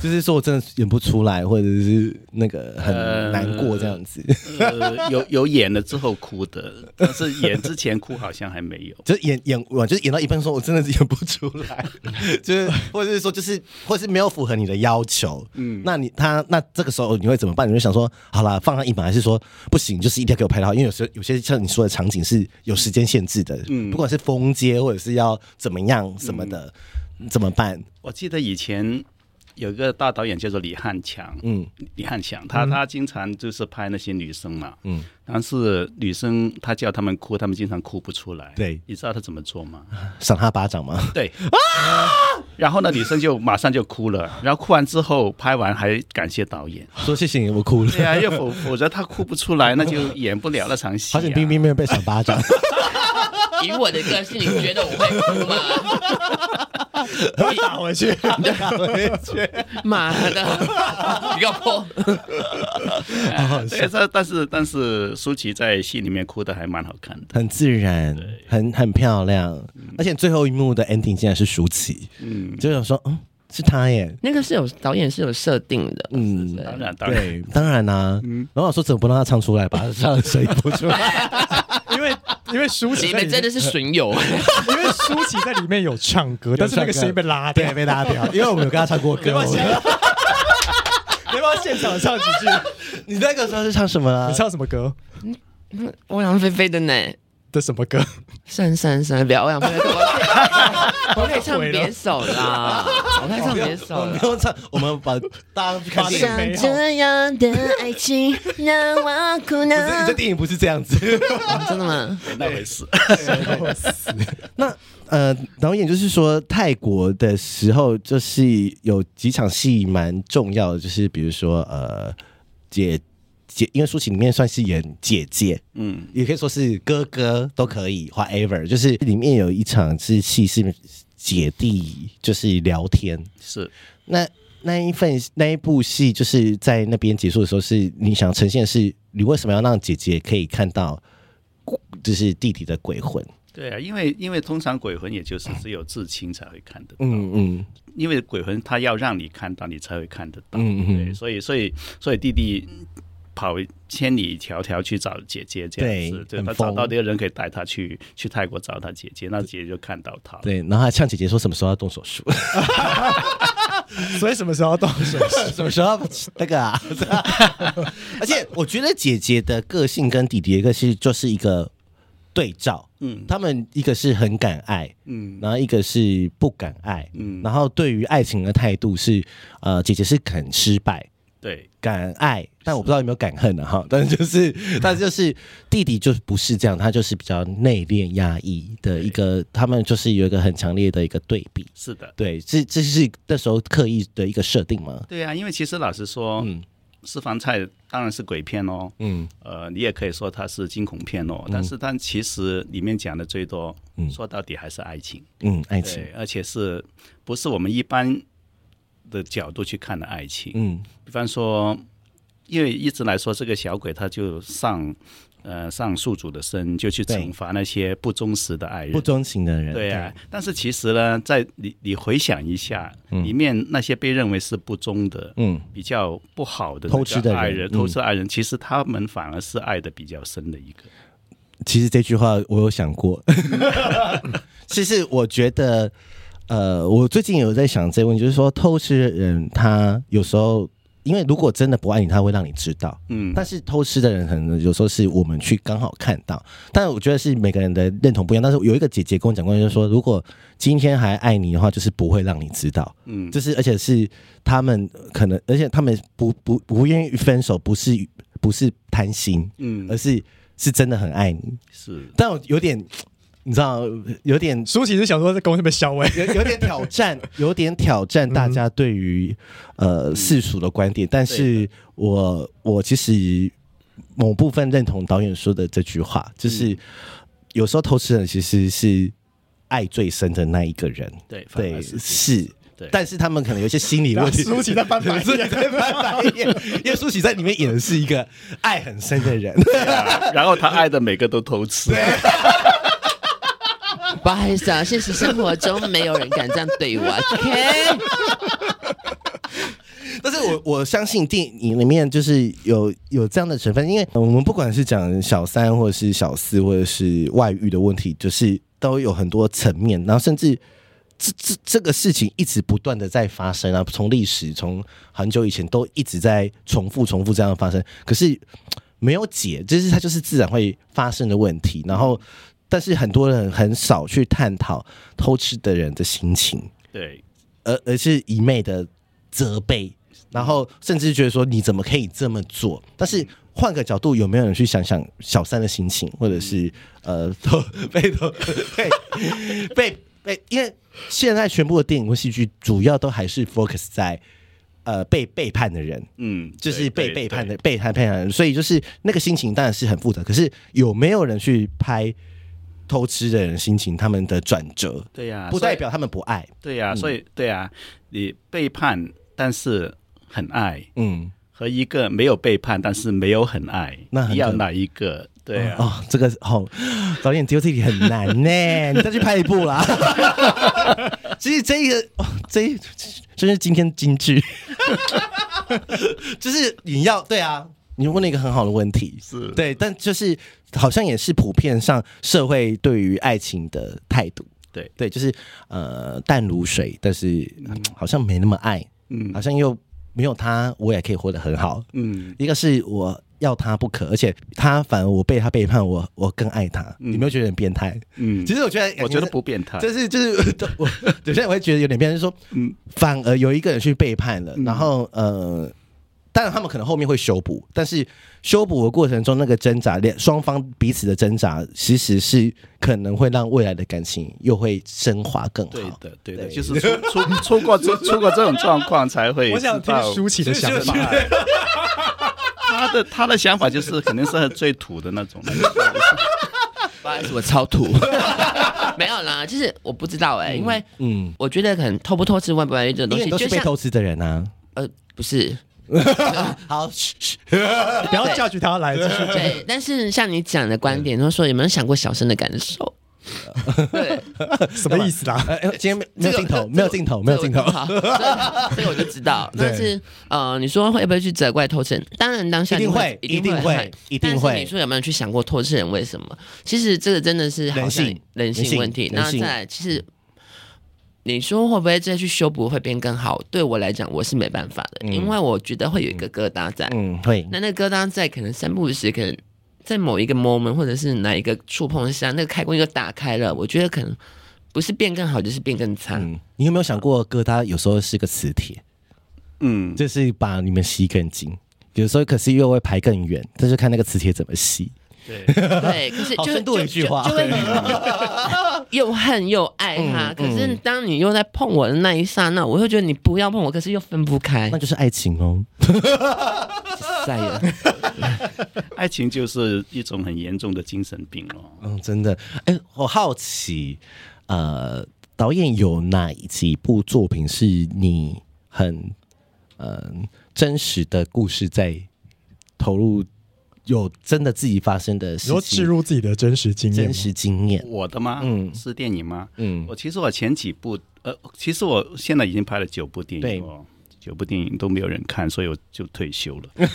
Speaker 5: 就是说我真的演不出来，或者是那个很难过这样子，
Speaker 3: 呃，有有演了之后哭的，但是演之前哭好像还没有。
Speaker 5: 就是演演完就是演到一半说我真的是演不出 来，就是或者是说就是或者是没有符合你的要求，嗯，那你他那这个时候你会怎么办？你会想说好啦，放他一马，还是说不行，就是一定要给我拍到？因为有时候有些像你说的场景是有时间限制的，嗯，不管是封街或者是要怎么样什么的，怎么办？
Speaker 3: 我记得以前有一个大导演叫做李汉强，
Speaker 5: 嗯
Speaker 3: 李汉强，他他经常就是拍那些女生嘛，
Speaker 5: 嗯，
Speaker 3: 但是女生他叫他们哭，他们经常哭不出来。
Speaker 5: 对
Speaker 3: 你知道他怎么做吗？
Speaker 5: 赏他巴掌吗？
Speaker 3: 对啊，然后呢，女生就马上就哭了，然后哭完之后拍完还感谢导 演。
Speaker 5: 说谢谢你，我哭了。
Speaker 3: 对啊，要否否则他哭不出来，那就演不了那场戏、啊。
Speaker 5: 好险，冰冰没有被 赏巴掌，
Speaker 4: 以我的个性，你觉得我会哭 吗？
Speaker 2: 我打回去，
Speaker 4: 妈的， 你给我泼！
Speaker 3: 对，但但是但是舒淇在戏里面哭的还蛮好看的。
Speaker 5: 很自然，很很漂亮，而且最后一幕的 ending 竟然是舒淇，
Speaker 3: 嗯，
Speaker 5: 就想说，嗯，是她耶，
Speaker 4: 那个是有导演是有设定的，
Speaker 5: 嗯，
Speaker 3: 当然当然，嗯
Speaker 5: 对，当然啦、啊然后我说怎么不让她唱出来， 把她唱的声音播出来，
Speaker 2: 因为因为舒淇
Speaker 4: 你
Speaker 2: 在里
Speaker 4: 们真
Speaker 2: 面
Speaker 4: 的，是损 友。
Speaker 2: 因为舒淇在里面有唱歌，但是那个声音被拉掉
Speaker 5: 对，，被拉掉，因为我们有跟她唱过歌。我
Speaker 2: 你要不要现场唱几 句？
Speaker 5: 你那个时候是唱什么啊
Speaker 2: 你？唱什么歌
Speaker 4: 欧阳菲菲的呢？
Speaker 2: 的什么歌？
Speaker 4: 算算算，不要欧阳菲菲，我可以我可以唱别首 啦，我可以唱别首
Speaker 5: 我们
Speaker 4: 啦
Speaker 5: 不。用唱，我们把大家去 看电影。
Speaker 2: 像美好
Speaker 6: 这样的爱情让我苦恼
Speaker 5: 不是你这电影不是这样子。
Speaker 4: 哦真的吗？
Speaker 3: 那回事。
Speaker 5: 那呃，导演就是说，泰国的时候就是有几场戏蛮重要的，就是比如说呃，姐姐，因为舒淇里面算是演姐姐，
Speaker 3: 嗯，
Speaker 5: 也可以说是哥哥都可以，whatever。就是里面有一场是戏是姐弟就是聊天，
Speaker 3: 是
Speaker 5: 那那一份那一部戏就是在那边结束的时候，是你想呈现的是你为什么要让姐姐可以看到就是弟弟的鬼魂？
Speaker 3: 对啊，因为因为通常鬼魂也就是只有至亲才会看得到，
Speaker 5: 嗯嗯
Speaker 3: 因为鬼魂他要让你看到，你才会看得到。
Speaker 5: 嗯
Speaker 3: 对，
Speaker 5: 嗯，
Speaker 3: 所以所以所以弟弟跑千里迢迢去找姐姐这样子，
Speaker 5: 对
Speaker 3: 对
Speaker 5: 很
Speaker 3: 他
Speaker 5: 疯
Speaker 3: 找到这个人可以带他去去泰国找他姐姐，那姐姐就看到他了。
Speaker 5: 对，然后还向姐姐说什么时候要动手术，
Speaker 2: 所以什么时候要动手术？
Speaker 5: 什么时候要 那个啊？而且我觉得姐姐的个性跟弟弟的个性就是一个对照，
Speaker 3: 嗯
Speaker 5: 他们一个是很敢爱，
Speaker 3: 嗯
Speaker 5: 然后一个是不敢爱，
Speaker 3: 嗯，
Speaker 5: 然后对于爱情的态度是，呃，姐姐是肯失败，
Speaker 3: 对
Speaker 5: 敢爱，但我不知道有没有敢恨啊、哈。 但是就是，但就是弟弟就不是这样，他就是比较内敛、压抑的一个，他们就是有一个很强烈的一个对比。
Speaker 3: 是的，
Speaker 5: 对，这这是那时候刻意的一个设定吗？
Speaker 3: 对啊，因为其实老实说，
Speaker 5: 嗯
Speaker 3: 私房菜当然是鬼片哦，
Speaker 5: 嗯
Speaker 3: 呃，你也可以说它是惊恐片哦，但是但其实里面讲的最多，
Speaker 5: 嗯
Speaker 3: 说到底还是爱情，
Speaker 5: 嗯，爱情，
Speaker 3: 对，而且是不是我们一般的角度去看的爱情？
Speaker 5: 嗯
Speaker 3: 比方说，因为一直来说，这个小鬼他就上呃上宿主的身，就去
Speaker 5: 对
Speaker 3: 惩罚那些不忠实的爱人，
Speaker 5: 不钟情的人，
Speaker 3: 对啊，但是其实呢，在你你回想一下，里面那些被认为是不忠的、
Speaker 5: 嗯
Speaker 3: 比较不好的
Speaker 5: 偷吃的
Speaker 3: 那个爱
Speaker 5: 人
Speaker 3: 人、
Speaker 5: 嗯
Speaker 3: 偷吃的爱人，其实他们反而是爱的比较深的一个。
Speaker 5: 其实这句话我有想 过， 其实我觉得，呃，我最近有在想这个问题，就是说偷吃的人他有时候，因为如果真的不爱你，他会让你知道。
Speaker 3: 嗯，
Speaker 5: 但是偷吃的人可能有时候是我们去刚好看到，但我觉得是每个人的认同不一样。但是有一个姐姐跟我讲过，就是说，如果今天还爱你的话，就是不会让你知道，
Speaker 3: 嗯，
Speaker 5: 就是而且是他们可能，而且他们不不不愿意分手，不是不是贪心，
Speaker 3: 嗯
Speaker 5: 而是是真的很爱你。
Speaker 3: 是
Speaker 5: 但我有点，你知道，有点
Speaker 2: 舒淇是想说在公司被消委，
Speaker 5: 有有点挑战，有点挑战大家对于、呃世俗的观点。但是我我其实某部分认同导演说的这句话，就是、有时候偷吃人其实是爱最深的那一个人，
Speaker 3: 对，反
Speaker 5: 对
Speaker 3: 而是
Speaker 5: 是。
Speaker 3: 对
Speaker 5: 但是他们可能有一些心理问题。
Speaker 2: 舒淇在翻白
Speaker 5: 舒淇
Speaker 2: 眼。
Speaker 5: 在翻白 眼，因为舒淇在里面演的是一个爱很深的人。
Speaker 3: 啊然后他爱的每个都偷吃。
Speaker 4: 不好意思啊，现实生活中没有人敢这样 对我。OK，啊
Speaker 5: 但是我我相信电影里面就是有有这样的成分，因为我们不管是讲小三或者是小四或者是外遇的问题，就是都有很多层面，然后甚至。这这这个事情一直不断的在发生啊，从历史从很久以前都一直在重复重复这样的发生，可是没有解，就是它就是自然会发生的问题。然后，但是很多人很少去探讨偷吃的人的心情，
Speaker 3: 对，
Speaker 5: 而而是一昧的责备，然后甚至觉得说你怎么可以这么做？但是换个角度，有没有人去想想小三的心情，或者是呃，偷被偷被被被？因为现在全部的电影或戏剧主要都还是 focus 在呃被背叛的人，
Speaker 3: 嗯，
Speaker 5: 就是
Speaker 3: 对
Speaker 5: 被背叛。
Speaker 3: 对
Speaker 5: 的被叛背叛的人，所以就是那个心情当然是很复杂。可是有没有人去拍偷吃的人心情，他们的转折？
Speaker 3: 对呀，
Speaker 5: 不
Speaker 3: 啊所以
Speaker 5: 代表他们不爱，
Speaker 3: 对呀，所以对呀，你背叛，但是很爱。
Speaker 5: 嗯。
Speaker 3: 和一个没有背叛，但是没有很爱，
Speaker 5: 那很
Speaker 3: 你要
Speaker 5: 可
Speaker 3: 哪一个？对啊，
Speaker 5: 哦，这个好、导演丢这题很难呢、 你再去拍一部啦。其实这一个，哦、这一真是今天金句，就是你要对啊，你问了一个很好的问题，
Speaker 3: 是
Speaker 5: 对，但就是好像也是普遍上社会对于爱情的态度，
Speaker 3: 对
Speaker 5: 对，就是呃淡如水，但是、好像没那么爱，
Speaker 3: 嗯
Speaker 5: 好像又没有他，我也可以活得很好，
Speaker 3: 嗯，
Speaker 5: 一个是我要他不可，而且他反而我被他背叛，我我更爱他。你没有觉得很变态？
Speaker 3: 嗯
Speaker 5: 其实我觉得，
Speaker 3: 我觉得不，变态，
Speaker 5: 就是就是我有些人会觉得有点变态，就是说，
Speaker 4: 嗯
Speaker 5: 反而有一个人去背叛了，然后呃。当然，他们可能后面会修补，但是修补的过程中，那个挣扎，两双方彼此的挣扎，其实是可能会让未来的感情又会升华更好。
Speaker 3: 对的，对的，
Speaker 5: 对
Speaker 3: 就是出出出过 这出过这种状况才会知道。
Speaker 2: 我想听舒淇的想法，
Speaker 3: 他的他的想法就是肯定是最土的那 种。
Speaker 4: 不好意思，我超土。 没有啦，就是我不知道哎、因为
Speaker 5: 嗯，
Speaker 4: 我觉得可能偷不偷吃、外不外遇这种
Speaker 5: 因
Speaker 4: 东西
Speaker 5: 为你，都
Speaker 4: 就是
Speaker 5: 被
Speaker 4: 像
Speaker 5: 偷吃的人啊。
Speaker 4: 呃不是，
Speaker 5: 好，嘘嘘
Speaker 2: 不要叫去他来。继续
Speaker 4: 嗯 对，但是像你讲的观点，就是说有没有想过小生的感受？对，
Speaker 2: 什么意思啦？
Speaker 5: 哎，哎今天没没有
Speaker 4: 这个
Speaker 5: 镜头，没有镜头，嗯没有镜头。
Speaker 4: 好，这个这个我就知道。但是呃，你说会不会去责怪偷吃人？当然当下
Speaker 5: 一定
Speaker 4: 会
Speaker 5: 会，
Speaker 4: 一
Speaker 5: 一定会
Speaker 4: 会，
Speaker 5: 一定会
Speaker 4: 但是你说有没有去想过偷吃人为什么？其实这个真的是好像
Speaker 5: 人性
Speaker 4: 人
Speaker 5: 人
Speaker 4: 性
Speaker 5: 性
Speaker 4: 问题。
Speaker 5: 人
Speaker 4: 那再
Speaker 5: 性
Speaker 4: 来，其实你说会不会再去修补会变更好？对我来讲，我是没办法的，因为我觉得会有一个疙瘩在。
Speaker 5: 嗯，会，
Speaker 4: 那那个疙瘩在，可能三不五时，可能在某一个 moment，或者是哪一个触碰下，那个开关又打开了。我觉得可能不是变更好，就是变更差。
Speaker 5: 嗯，你有没有想过，疙瘩有时候是个磁铁，
Speaker 3: 嗯，
Speaker 5: 就是把你们吸更紧。有时候可是又会排更远，这就看那个磁铁怎么吸。
Speaker 3: 对，
Speaker 4: 对，可是
Speaker 5: 好
Speaker 4: 就
Speaker 5: 深度的
Speaker 4: 就
Speaker 5: 一句话
Speaker 4: 就就会 又恨又爱他。
Speaker 5: 嗯
Speaker 4: 可是当你又在碰我的那一刹那，我会觉得你不要碰我，可是又分不开
Speaker 5: 那。就是爱情哦。
Speaker 4: 在 了，
Speaker 3: 爱情就是一种很严重的精神病哦。
Speaker 5: 嗯，真的。哎、我好奇，呃，导演有哪几部作品是你很嗯、呃真实的故事在投入，有真的自己发生的
Speaker 2: 你
Speaker 5: 事
Speaker 2: 说置
Speaker 5: 情，
Speaker 2: 入自己的真实经验
Speaker 5: 呃真
Speaker 2: 吗，
Speaker 5: 实经验？
Speaker 3: 我的吗？
Speaker 5: 嗯
Speaker 3: 是电影吗？
Speaker 5: 嗯
Speaker 3: 我其实我前几部，呃，其实我现在已经拍了九部电
Speaker 5: 对
Speaker 3: 影哦，九部电影都没有人看，所以我就退休了。
Speaker 5: 嗯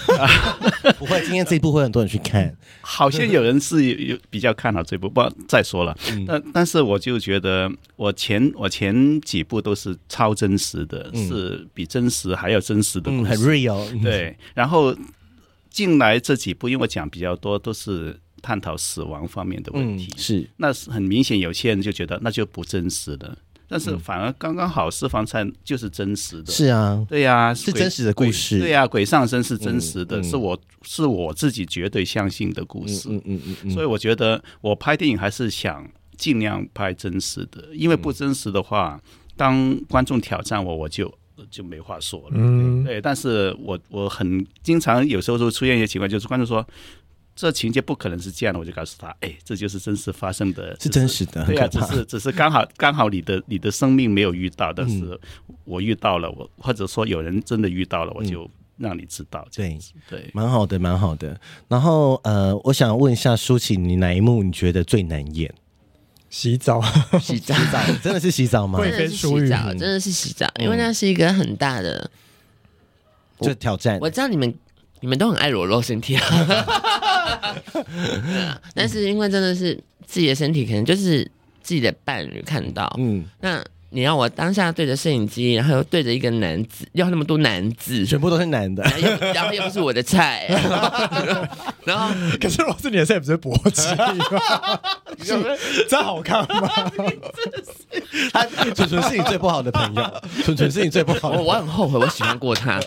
Speaker 5: 不会，今天这一部会很多人去看。
Speaker 3: 好像有人是 有有比较看好这部，不再说了。
Speaker 5: 嗯
Speaker 3: 但但是我就觉得，我前我前几部都是超真实的，是比真实还要真实的故
Speaker 5: 嗯，
Speaker 3: 事。
Speaker 5: 很 real。
Speaker 3: 对，然后近来这几部，因为我讲比较多，都是探讨死亡方面的问
Speaker 5: 嗯
Speaker 3: 题。，
Speaker 5: 是
Speaker 3: 那是很明显，有些人就觉得那就不真实的，但是反而刚刚好，私房菜就是真实的。
Speaker 5: 嗯是啊，
Speaker 3: 对呀、
Speaker 5: 是
Speaker 3: 鬼
Speaker 5: 真实的故事
Speaker 3: 鬼对呀、鬼上身是真实的，
Speaker 5: 嗯嗯
Speaker 3: 是我是我自己绝对相信的故事。
Speaker 5: 嗯嗯嗯嗯，
Speaker 3: 所以我觉得我拍电影还是想尽量拍真实的，因为不真实的话，当观众挑战我，我就就没话说了。
Speaker 2: 嗯，
Speaker 3: 对，但是我我很经常有时候就出现一些情况，就是观众说这情节不可能是这样的，我就告诉他，哎，这就是真实发生的，
Speaker 5: 是
Speaker 3: 只
Speaker 5: 真实的，很
Speaker 3: 对啊，
Speaker 5: 可
Speaker 3: 只
Speaker 5: 怕。
Speaker 3: 是只是刚好刚好你的你的生命没有遇到，但
Speaker 5: 嗯
Speaker 3: 是我遇到了，我或者说有人真的遇到了，我
Speaker 5: 嗯
Speaker 3: 就让你知道。这样子对，
Speaker 5: 蛮好的，蛮好的。然后呃，我想问一下舒淇，你哪一幕你觉得最难 演？
Speaker 2: 洗澡，
Speaker 4: 洗澡，
Speaker 5: 真的是洗澡吗
Speaker 2: 会？
Speaker 4: 真的是洗澡，真的是洗澡，
Speaker 5: 嗯
Speaker 4: 因为那是一个很大的。
Speaker 5: 就挑战
Speaker 4: 我知道你们你们都很爱裸露身体 啊，对啊但是因为真的是自己的身体，可能就是自己的伴侣看到，
Speaker 5: 嗯，
Speaker 4: 那你让我当下对着摄影机，然后又对着一个男子，要那么多男子，
Speaker 5: 全部都是男的。
Speaker 4: 然后又然后又不是我的菜， 然后
Speaker 2: 可是我是你的 set 不是勃起 吗？这好看吗？
Speaker 5: 他纯纯是你最不好的朋友，纯纯是你最不好
Speaker 4: 我
Speaker 5: 的。
Speaker 4: 我很后悔我喜欢过他，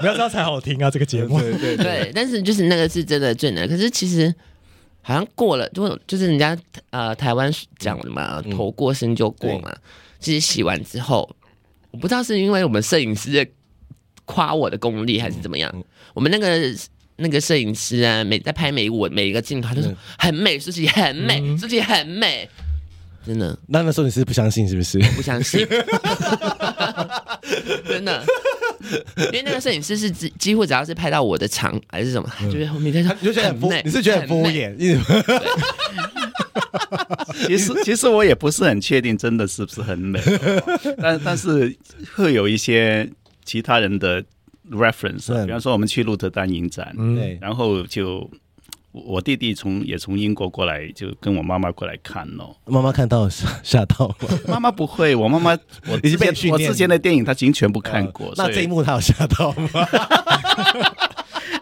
Speaker 2: 没有这样才好听啊！这个节目，
Speaker 5: 对对
Speaker 4: 对，但是就是那个是真的最难，可是其实。好像过了，就就是人家呃台湾讲的嘛，头过身就过嘛。其实洗完之后，我不知道是因为我们摄影师在夸我的功力还是怎么样，我们那个那个摄影师啊，每在拍每我每一个镜头，他就说、很美，舒淇很美，舒淇很美，真的
Speaker 5: 那那时候你是不相信是不是？
Speaker 4: 不相信， 真的。因为那个摄影师是几几乎只要是拍到我的长还是什么，他就会后面他说
Speaker 5: 嗯你就觉得很敷
Speaker 4: 美，，
Speaker 5: 你是觉得很敷
Speaker 4: 美
Speaker 5: 衍，一直
Speaker 3: 其实其实我也不是很确定，真的是不是很 美哦、但但是会有一些其他人的 reference，啊
Speaker 5: 嗯
Speaker 3: 比方说我们去鹿特丹影展，
Speaker 5: 对，
Speaker 3: 然后就我我弟弟从也从英国过来，就跟我妈妈过来看哦。
Speaker 5: 妈妈看到吓吓到了，
Speaker 3: 妈妈不会，我妈妈我
Speaker 5: 已经
Speaker 3: 之前
Speaker 5: 被训
Speaker 3: 我
Speaker 5: 练嗯
Speaker 3: 之前的电影她已经全部看过，
Speaker 5: 那
Speaker 3: 所以
Speaker 5: 这一幕她有吓 到吗？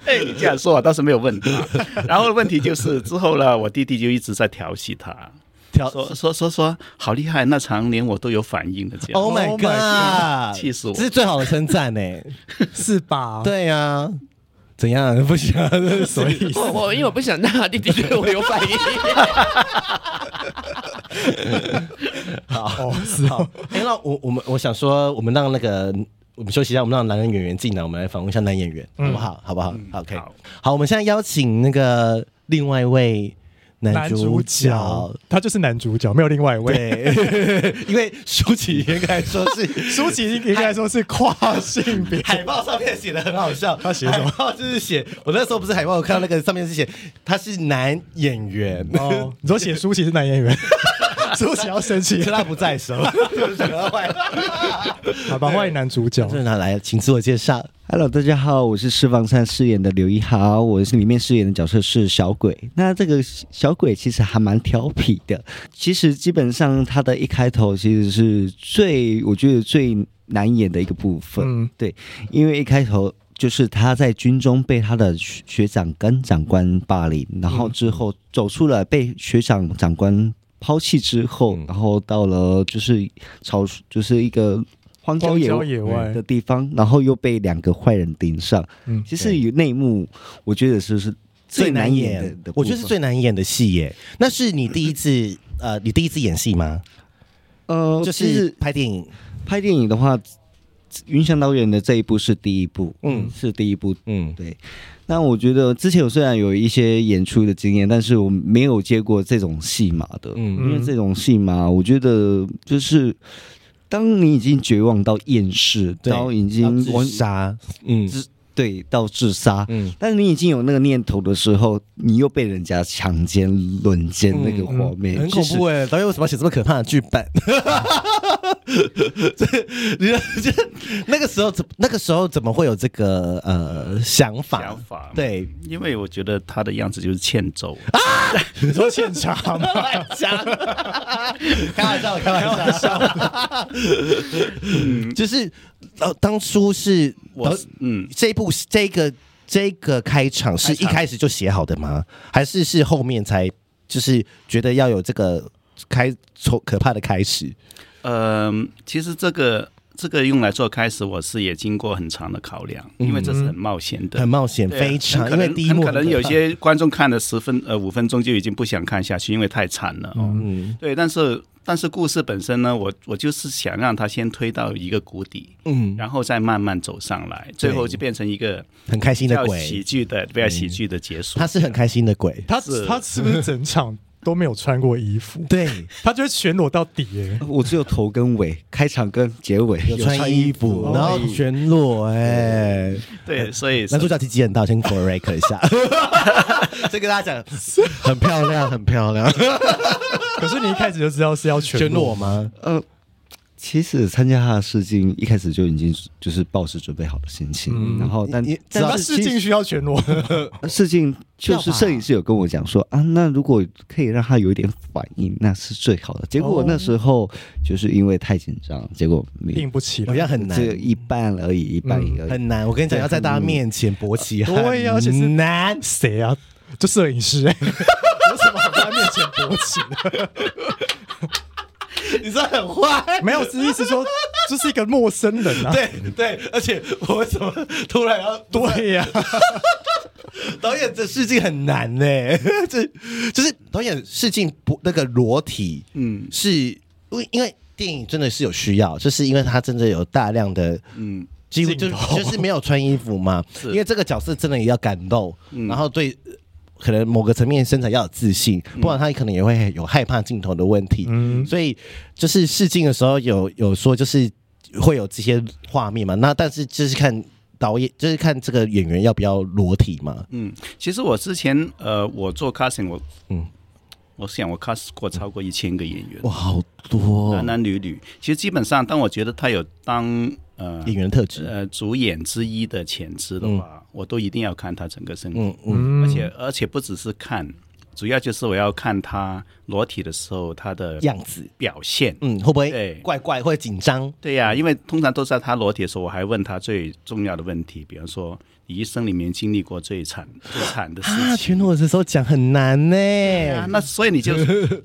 Speaker 3: 哎，你这样说，我倒是没有问 他。然后问题就是之后呢，我弟弟就一直在调戏他，
Speaker 5: 挑
Speaker 3: 说说说说好厉害，那场连我都有反应的这样。
Speaker 5: ，Oh my
Speaker 2: Oh my
Speaker 5: god，
Speaker 3: 气死我
Speaker 5: 这是最好的称赞呢。
Speaker 2: 是吧？，
Speaker 5: 对呀，怎样不 行啊？这是什 么意思？
Speaker 4: 我我因为我不想让他弟弟对我有反 应，
Speaker 2: 哦，是哦，
Speaker 5: 哎、那我我们我想说，我们让那个我们休息一下，我们让男演员进来，我们来访问一下男演员，好不好？好不好？好，OK。
Speaker 3: 好
Speaker 5: 好，我们现在邀请那个另外一位
Speaker 1: 男主角
Speaker 2: 角，他就是男主角，没有另外一位。
Speaker 1: 对，因为舒淇应该说是
Speaker 2: 舒淇应该说是跨性别，
Speaker 1: 海报上面写的很好 笑，
Speaker 2: 他写什么
Speaker 1: 海报就是写我那时候不是海
Speaker 5: 哦
Speaker 1: 报，我看到那个上面是写他是男演员，
Speaker 2: 哦，你说写舒淇是男演 员，舒淇要生气
Speaker 1: 可，他不在手， 就是整个 坏。
Speaker 2: 好吧，欢迎男主角。
Speaker 1: 正常来，请自我介绍。
Speaker 7: Hello，大家好，我是释放善饰演的刘一豪，我是里面饰演的角色是小鬼。那这个小鬼其实还蛮调皮的，其实基本上他的一开头其实是最我觉得最难演的一个部分，
Speaker 2: 嗯
Speaker 7: 对，因为一开头。就是他在军中被他的学学长跟长官霸凌，然后之后走出了被学长长官抛弃之后，然后到了就是草就是一个荒郊野
Speaker 2: 荒郊野外
Speaker 7: 的地方，然后又被两个坏人盯上。
Speaker 2: 嗯
Speaker 7: 其实有内幕，我觉得是是最难演的的部
Speaker 1: 我
Speaker 7: 分，
Speaker 1: 觉得是最难演的戏耶。那是你第一次呃，你第一次演戏吗？
Speaker 7: 呃，
Speaker 1: 就
Speaker 7: 就是是
Speaker 1: 拍电影，
Speaker 7: 拍电影的话，云翔导演的这一部是第一部，
Speaker 1: 嗯
Speaker 7: 嗯，是第一部。
Speaker 1: 嗯，
Speaker 7: 对，那我觉得之前我虽然有一些演出的经验，但是我没有接过这种戏码的，
Speaker 1: 嗯
Speaker 7: 因为这种戏码，我觉得就是当你已经绝望到厌世，
Speaker 1: 对
Speaker 7: 到已经
Speaker 1: 要
Speaker 7: 完
Speaker 1: 自杀，嗯
Speaker 7: 自对到自杀，
Speaker 1: 嗯
Speaker 7: 但是你已经有那个念头的时候，你又被人家强奸、轮奸那个画面，
Speaker 1: 嗯很恐
Speaker 7: 其实
Speaker 1: 怖哎！导演为什么要写这么可怕的剧本？ 这你这那个时候怎那个时候怎么会有这个呃想法？
Speaker 3: 想法
Speaker 1: 对，
Speaker 3: 因为我觉得他的样子就是欠揍，啊
Speaker 5: 啊
Speaker 2: 你说现场吗？
Speaker 1: 开玩笑，开玩笑。就是呃，当初是
Speaker 3: 我
Speaker 1: 我
Speaker 3: 嗯，
Speaker 1: 这部这个这个开场是
Speaker 3: 开
Speaker 1: 一
Speaker 3: 场
Speaker 1: 开始就写好的吗？还是是后面才就是觉得要有这个开从可怕的开始？
Speaker 3: 嗯，其实这个这个用来做开始，我是也经过很长的考量，因为这是
Speaker 5: 嗯
Speaker 3: 很嗯冒险的
Speaker 1: 很。冒险，
Speaker 3: 对啊
Speaker 1: 非
Speaker 3: 很
Speaker 1: 常，
Speaker 3: 可
Speaker 1: 因
Speaker 3: 能
Speaker 1: 为第一幕
Speaker 3: 很可能有
Speaker 1: 怕
Speaker 3: 些观众看了十分呃五分钟就已经不想看下去，因为太惨了哦。
Speaker 1: 嗯
Speaker 3: 对，但是但是故事本身呢，我我就是想让他先推到一个谷底，
Speaker 1: 嗯，
Speaker 3: 然后再慢慢走上来，最后就变成一个
Speaker 1: 很开心
Speaker 3: 比
Speaker 1: 的
Speaker 3: 较
Speaker 1: 鬼
Speaker 3: 喜，剧的比较喜剧的结束。
Speaker 1: 嗯他是很开心的鬼，
Speaker 2: 他
Speaker 3: 是
Speaker 2: 他是不是整场都没有穿过衣 服？
Speaker 1: 对，
Speaker 2: 他就是全裸到底耶！
Speaker 7: 我只有头跟尾，开场跟结尾
Speaker 1: 有穿衣服，然后全裸，哎，
Speaker 3: 对，所以
Speaker 1: 男主角鸡鸡很大，先 correct 一 下，这跟大家讲，很漂亮，很漂 亮，
Speaker 2: 可是你一开始就知道是要全
Speaker 1: 全
Speaker 2: 裸，
Speaker 1: 裸吗？
Speaker 7: 呃，其实参加他的试镜一开始就已经就是抱着准备好的心情，然后但
Speaker 1: 你你知道
Speaker 2: 他
Speaker 7: 但
Speaker 2: 试
Speaker 7: 是
Speaker 2: 镜
Speaker 7: 其实
Speaker 2: 需要全 裸，
Speaker 7: 试镜就是摄影师有跟我讲说啊，那如果可以让他有一点反应，那是最好的。结果
Speaker 2: 哦
Speaker 7: 那时候就是因为太紧张，结果没
Speaker 2: 硬不起
Speaker 1: 好
Speaker 2: 来。
Speaker 1: 像很难嗯
Speaker 7: 只，有一半而已，一半而已。
Speaker 1: 很难。我跟你讲，
Speaker 7: 对
Speaker 1: 要在大家
Speaker 7: 很
Speaker 1: 面前勃起，
Speaker 2: 对呀而且是
Speaker 1: 很难。
Speaker 2: 谁啊？就摄影 师哎，有什么好在面前勃起 的？
Speaker 1: 你这很坏。
Speaker 2: 没有，是意思说就是一个陌生人啊。
Speaker 1: 对对，而且我为什么突然要多
Speaker 2: 对呀，
Speaker 1: 导演这试镜很难呢、 这就是导演试镜不那个裸体，嗯，是因为因为电影真的是有需要，就是因为它真的有大量的嗯。几乎就
Speaker 2: 镜头
Speaker 1: 就是没有穿衣服嘛，因为这个角色真的也要感动，
Speaker 7: 嗯
Speaker 1: 然后对呃可能某个层面身材要有自信，
Speaker 7: 嗯
Speaker 1: 不然他可能也会有害怕镜头的问题。
Speaker 2: 嗯
Speaker 1: 所以就是试镜的时候有有说就是会有这些画面嘛，那但是就是看导演就是看这个演员要不要裸体嘛，
Speaker 3: 嗯，其实我之前呃，我做 casting，我
Speaker 1: 嗯
Speaker 3: 嗯，我想我 cast 过超过一千个演员，
Speaker 1: 哇，好多、哦
Speaker 3: 男男女女。其实基本上，当我觉得他有当呃
Speaker 1: 演员的特质，
Speaker 3: 呃主演之一的潜质的话，我都一定要看他整个身体，
Speaker 1: 嗯嗯，
Speaker 2: 嗯
Speaker 3: 而且而且不只是看，主要就是我要看他裸体的时候他的
Speaker 1: 样子，
Speaker 3: 表现。
Speaker 1: 嗯，会不会
Speaker 3: 对
Speaker 1: 怪怪会紧张？
Speaker 3: 对呀、因为通常都在他裸体的时候，我还问他最重要的问题，比方说你一生里面经历过最惨最惨的事情。
Speaker 1: 啊，全裸的时候讲很难呢、
Speaker 3: 对啊，那所以你就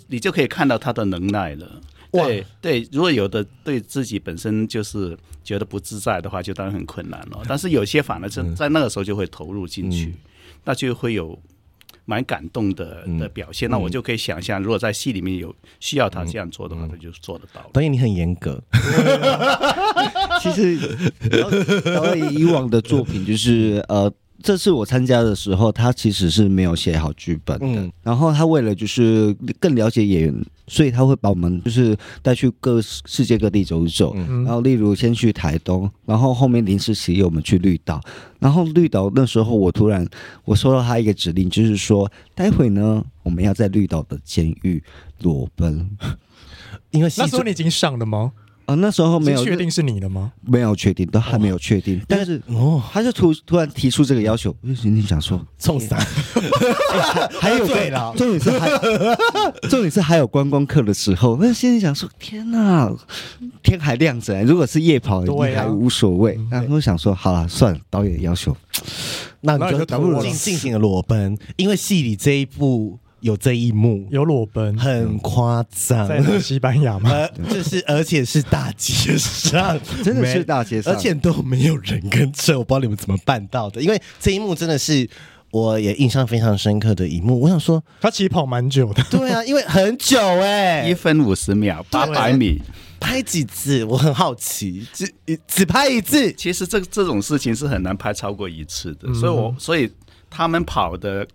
Speaker 3: 你就可以看到他的能耐了。
Speaker 1: 哇
Speaker 3: 对对，如果有的对自己本身就是觉得不自在的话，就当然很困难了。但是有些反而是在那个时候就会投入进去，那就会有蛮感动的的表现。那我就可以想象，如果在戏里面有需要他这样做的话，他就做得到了。
Speaker 1: 导演你很严格，
Speaker 7: 其实导导演以往的作品就是呃，这次我参加的时候，他其实是没有写好剧本的。
Speaker 1: 嗯
Speaker 7: 然后他为了就是更了解演员，所以他会把我们就是带去各世界各地走一走。
Speaker 1: 嗯
Speaker 2: 嗯
Speaker 7: 然后例如先去台东，然后后面临时起意我们去绿岛。然后绿岛那时候我突然我收到他一个指令，就是说待会呢我们要在绿岛的监狱裸奔。
Speaker 1: 因为戏
Speaker 2: 那时候
Speaker 1: 中
Speaker 2: 你已经上了吗？
Speaker 7: 啊，那时候没有
Speaker 2: 是确定是你了吗？
Speaker 7: 没有确定，都还没有确定，但是。
Speaker 1: 哦，
Speaker 7: 他就突突然提出这个要求，我就心里想说，
Speaker 1: 冲啥？
Speaker 7: 还有
Speaker 1: 对了
Speaker 7: 重点是还 重点是还有观光客的时候，那心里想说天哪，天还亮着、如果是夜跑，你
Speaker 2: 对啊
Speaker 7: 还无所谓。然后我想说，好了，算了，导演要求，
Speaker 1: 那
Speaker 2: 那
Speaker 1: 你
Speaker 2: 你
Speaker 1: 就
Speaker 2: 就投入
Speaker 1: 尽
Speaker 2: 了
Speaker 1: 尽情的裸奔，因为戏里这一部有这一幕，
Speaker 2: 有裸奔，
Speaker 1: 很夸张。
Speaker 2: 在西班牙吗？
Speaker 1: 呃，就是，而且是大街上，
Speaker 7: 真的是
Speaker 1: 没
Speaker 7: 大街上
Speaker 1: 而且都没有人跟车，我不知道你们怎么办到的。因为这一幕真的是我也印象非常深刻的一幕。我想说，
Speaker 2: 他其实跑蛮久 的，
Speaker 1: 对啊，因为很久哎、
Speaker 3: 一分五十秒，八百米。
Speaker 1: 拍几次？我很好奇，只只拍一次，
Speaker 3: 其实这这种事情是很难拍超过一次的，所以我所以他们跑的，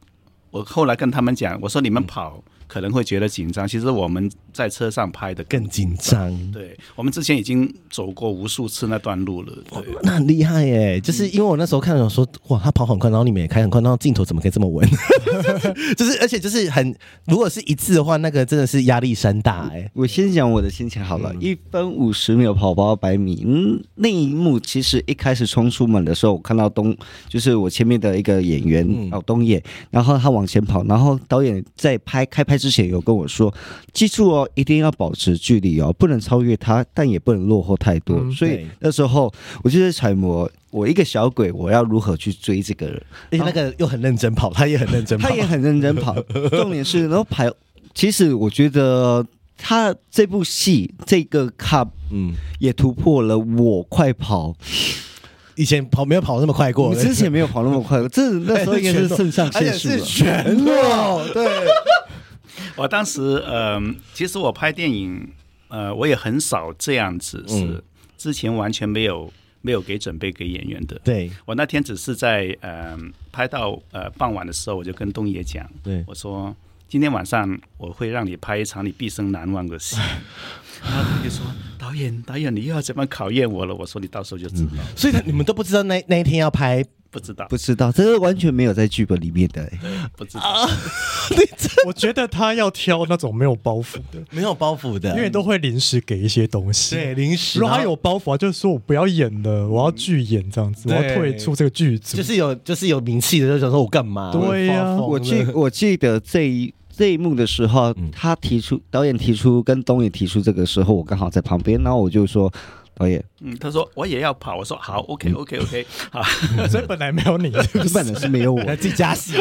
Speaker 3: 我后来跟他们讲，我说你们跑可能会觉得紧张，其实我们在车上拍的
Speaker 1: 更紧张。
Speaker 3: 对，我们之前已经走过无数次那段路了，对。
Speaker 1: 那很厉害耶、就是因为我那时候看到说，哇，他跑很快，然后你们也开很快，然后镜头怎么可以这么稳？ 就是，而且就是很，如果是一次的话，那个真的是压力山大哎、
Speaker 7: 我先讲我的心情好了，一分五十秒跑八百米，嗯，那一幕其实一开始冲出门的时候，我看到东，就是我前面的一个演员、哦东野，然后他往前跑，然后导演在拍开拍之前有跟我说，记住哦，一定要保持距离哦，不能超越他，但也不能落后太多。
Speaker 2: 嗯
Speaker 7: 所以
Speaker 1: 对
Speaker 7: 那时候我就在揣摩，我一个小鬼，我要如何去追这个人？
Speaker 1: 而且那个又很认真跑，他也很认真跑，
Speaker 7: 他也很认真跑。重点是，然后排，其实我觉得他这部戏这个 cup
Speaker 1: 嗯，哦
Speaker 7: 也突破了我快跑，
Speaker 1: 以前跑没有跑那么快过，
Speaker 7: 我之前没有跑那么快， 这那时候应该是肾上
Speaker 1: 而且
Speaker 7: 腺素
Speaker 1: 是
Speaker 7: 啊了。
Speaker 1: 全裸，对，
Speaker 3: 我当时，呃，其实我拍电影，呃，我也很少这样子，是、
Speaker 1: 嗯
Speaker 3: 之前完全没有没有给准备给演员的。
Speaker 1: 对
Speaker 3: 我那天只是在呃拍到呃傍晚的时候，我就跟东野讲，
Speaker 1: 对，
Speaker 3: 我说今天晚上我会让你拍一场你毕生难忘 的戏。然后他就说：“导演，导演，你又要怎么考验我了？”我说：“你到时候就知道，
Speaker 1: 所以他你们都不知道那那一天要拍，
Speaker 3: 不知道，
Speaker 7: 不知道，这个完全没有在剧本里面的、哎
Speaker 3: 不知道。
Speaker 2: 我觉得他要挑那种没有包袱的，
Speaker 1: 没有包袱的，
Speaker 2: 因为都会临时给一些东西。
Speaker 1: 对临时，
Speaker 2: 如果他
Speaker 1: 然后
Speaker 2: 有包袱啊，就是说我不要演了，我要拒演这样子，我
Speaker 1: 对
Speaker 2: 要退出这个剧组。
Speaker 1: 就是有就是有名气的，就想说我干嘛？
Speaker 2: 对
Speaker 1: 发
Speaker 2: 呀
Speaker 1: 疯了
Speaker 7: 我记我记得这一这一幕的时候，
Speaker 1: 嗯
Speaker 7: 他提出导演提出跟东野提出这个时候，我刚好在旁边，然后我就说导 演，”
Speaker 3: 嗯，他说：“我也要跑。”我说：“好，OK，OK，OK，、好。”
Speaker 2: 所以本来没有你，是不
Speaker 7: 这
Speaker 2: 是
Speaker 7: 本来是没有我，
Speaker 1: 来自己加戏，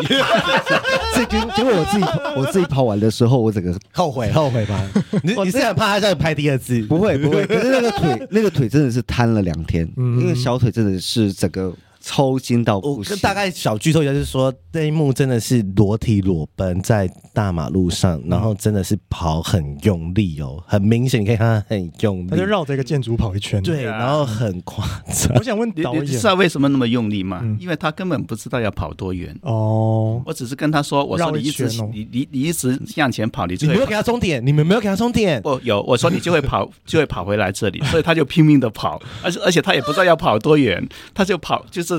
Speaker 7: 这结结果我自己我自己跑完的时候，我整个
Speaker 1: 后悔后悔 吧？你你是很怕他再拍第二次？
Speaker 7: 不 会不会，可是那个腿那个腿真的是瘫了两天，
Speaker 2: 嗯
Speaker 7: 那个小腿真的是整个抽筋到
Speaker 1: 我
Speaker 7: 不行
Speaker 1: 跟。大概小剧透一下，就是说那一幕真的是裸体裸奔在大马路上，然后真的是跑很用力哦，很明显，你可以看他很用力，
Speaker 2: 他就绕着一个建筑跑一圈。
Speaker 1: 对，
Speaker 3: 对啊
Speaker 1: 然后很夸张，
Speaker 2: 我想问
Speaker 3: 你
Speaker 2: 导
Speaker 3: 你
Speaker 2: 演
Speaker 3: 知道为什么那么用力吗？
Speaker 2: 嗯
Speaker 3: 因为他根本不知道要跑多远。
Speaker 2: 哦，
Speaker 3: 我只是跟他说：“我说
Speaker 2: 绕一
Speaker 3: 你一直
Speaker 2: 圈哦
Speaker 3: 你你你一直向前跑， 你
Speaker 1: 你
Speaker 3: 就
Speaker 1: 没有
Speaker 3: 会
Speaker 1: 给他终点，你们没有给他终点，
Speaker 3: 不有。”我说：“你就会跑， 就会跑回来这里。”所以他就拼命的跑，而且而且他也不知道要跑多远，他就跑就是。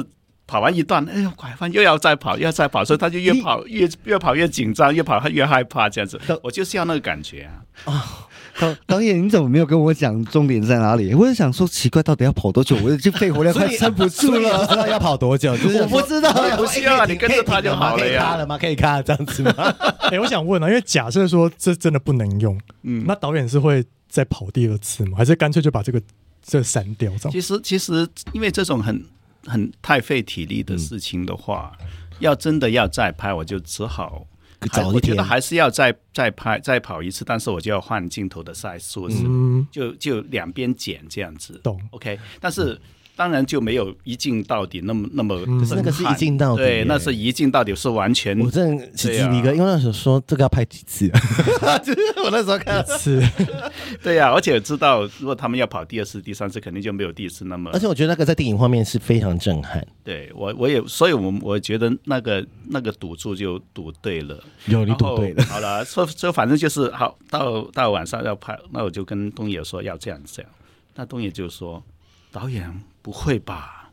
Speaker 3: 跑完一段，哎呦，拐弯又要再跑，又要再跑，所以他就越跑越越跑越紧张，越跑他越害怕，这样子。我就是要那个感觉啊！
Speaker 7: 导导演，你怎么没有跟我讲终点在哪里？我就想说奇怪，到底要跑多久？我已经肺 活量快撑不住
Speaker 1: 所以你不
Speaker 7: 了。
Speaker 1: 知道要跑多久，就是
Speaker 7: 我不知 道
Speaker 1: 我也
Speaker 3: 不需
Speaker 1: 哎
Speaker 3: 要
Speaker 1: 可以
Speaker 3: 你跟着他就好
Speaker 1: 可
Speaker 3: 了呀
Speaker 1: 以卡了吗？可以卡这样子吗？
Speaker 2: 哎、我想问啊，因为假设说这真的不能用，
Speaker 3: 嗯
Speaker 2: 那导演是会再跑第二次吗？还是干脆就把这个这个删掉？这样
Speaker 3: 其实其实因为这种很很太费体力的事情的话，要真的要再拍，我就只好还
Speaker 1: 早一
Speaker 3: 我觉
Speaker 1: 天
Speaker 3: 得，还是要再再拍再跑一次，但是我就要换镜头的 size 数，是
Speaker 2: 嗯，
Speaker 3: 就就两边剪这样子。
Speaker 2: 懂
Speaker 3: OK，但是当然就没有一镜到底那么那么
Speaker 2: 嗯
Speaker 3: 震撼，
Speaker 1: 那个是一镜到底耶
Speaker 3: 对，那是一镜到底是完全
Speaker 1: 我真的起鸡皮疙瘩，因为那时候说这个要拍几次啊，就是我那时候看，
Speaker 2: 是，
Speaker 3: 对呀、而且知道如果他们要跑第二次、第三次，肯定就没有第一次那么
Speaker 1: 而且我觉得那个在电影画面是非常震撼，
Speaker 3: 对我我也，所以我我觉得那个那个赌注就赌对了，
Speaker 1: 有你
Speaker 3: 然
Speaker 1: 赌
Speaker 3: 后
Speaker 1: 对了，
Speaker 3: 好了，说说反正就是好，到到晚上要拍，那我就跟东野说要这样这样，那东野就说导演不会吧？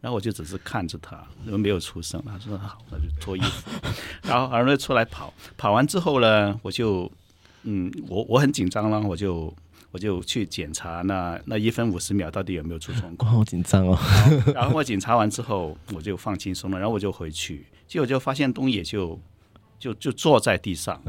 Speaker 3: 然后我就只是看着他，我没有出声。他说好，那就脱衣服， 然后然后就出来跑，跑完之后呢，我就嗯，我我很紧张了，我就我就去检查那那一分五十秒到底有没有出状
Speaker 1: 哇，
Speaker 3: 况。
Speaker 1: 好紧张哦，
Speaker 3: 然后我检查完之后，我就放轻松了，然后我就回去，结果就发现东野就就就坐在地上，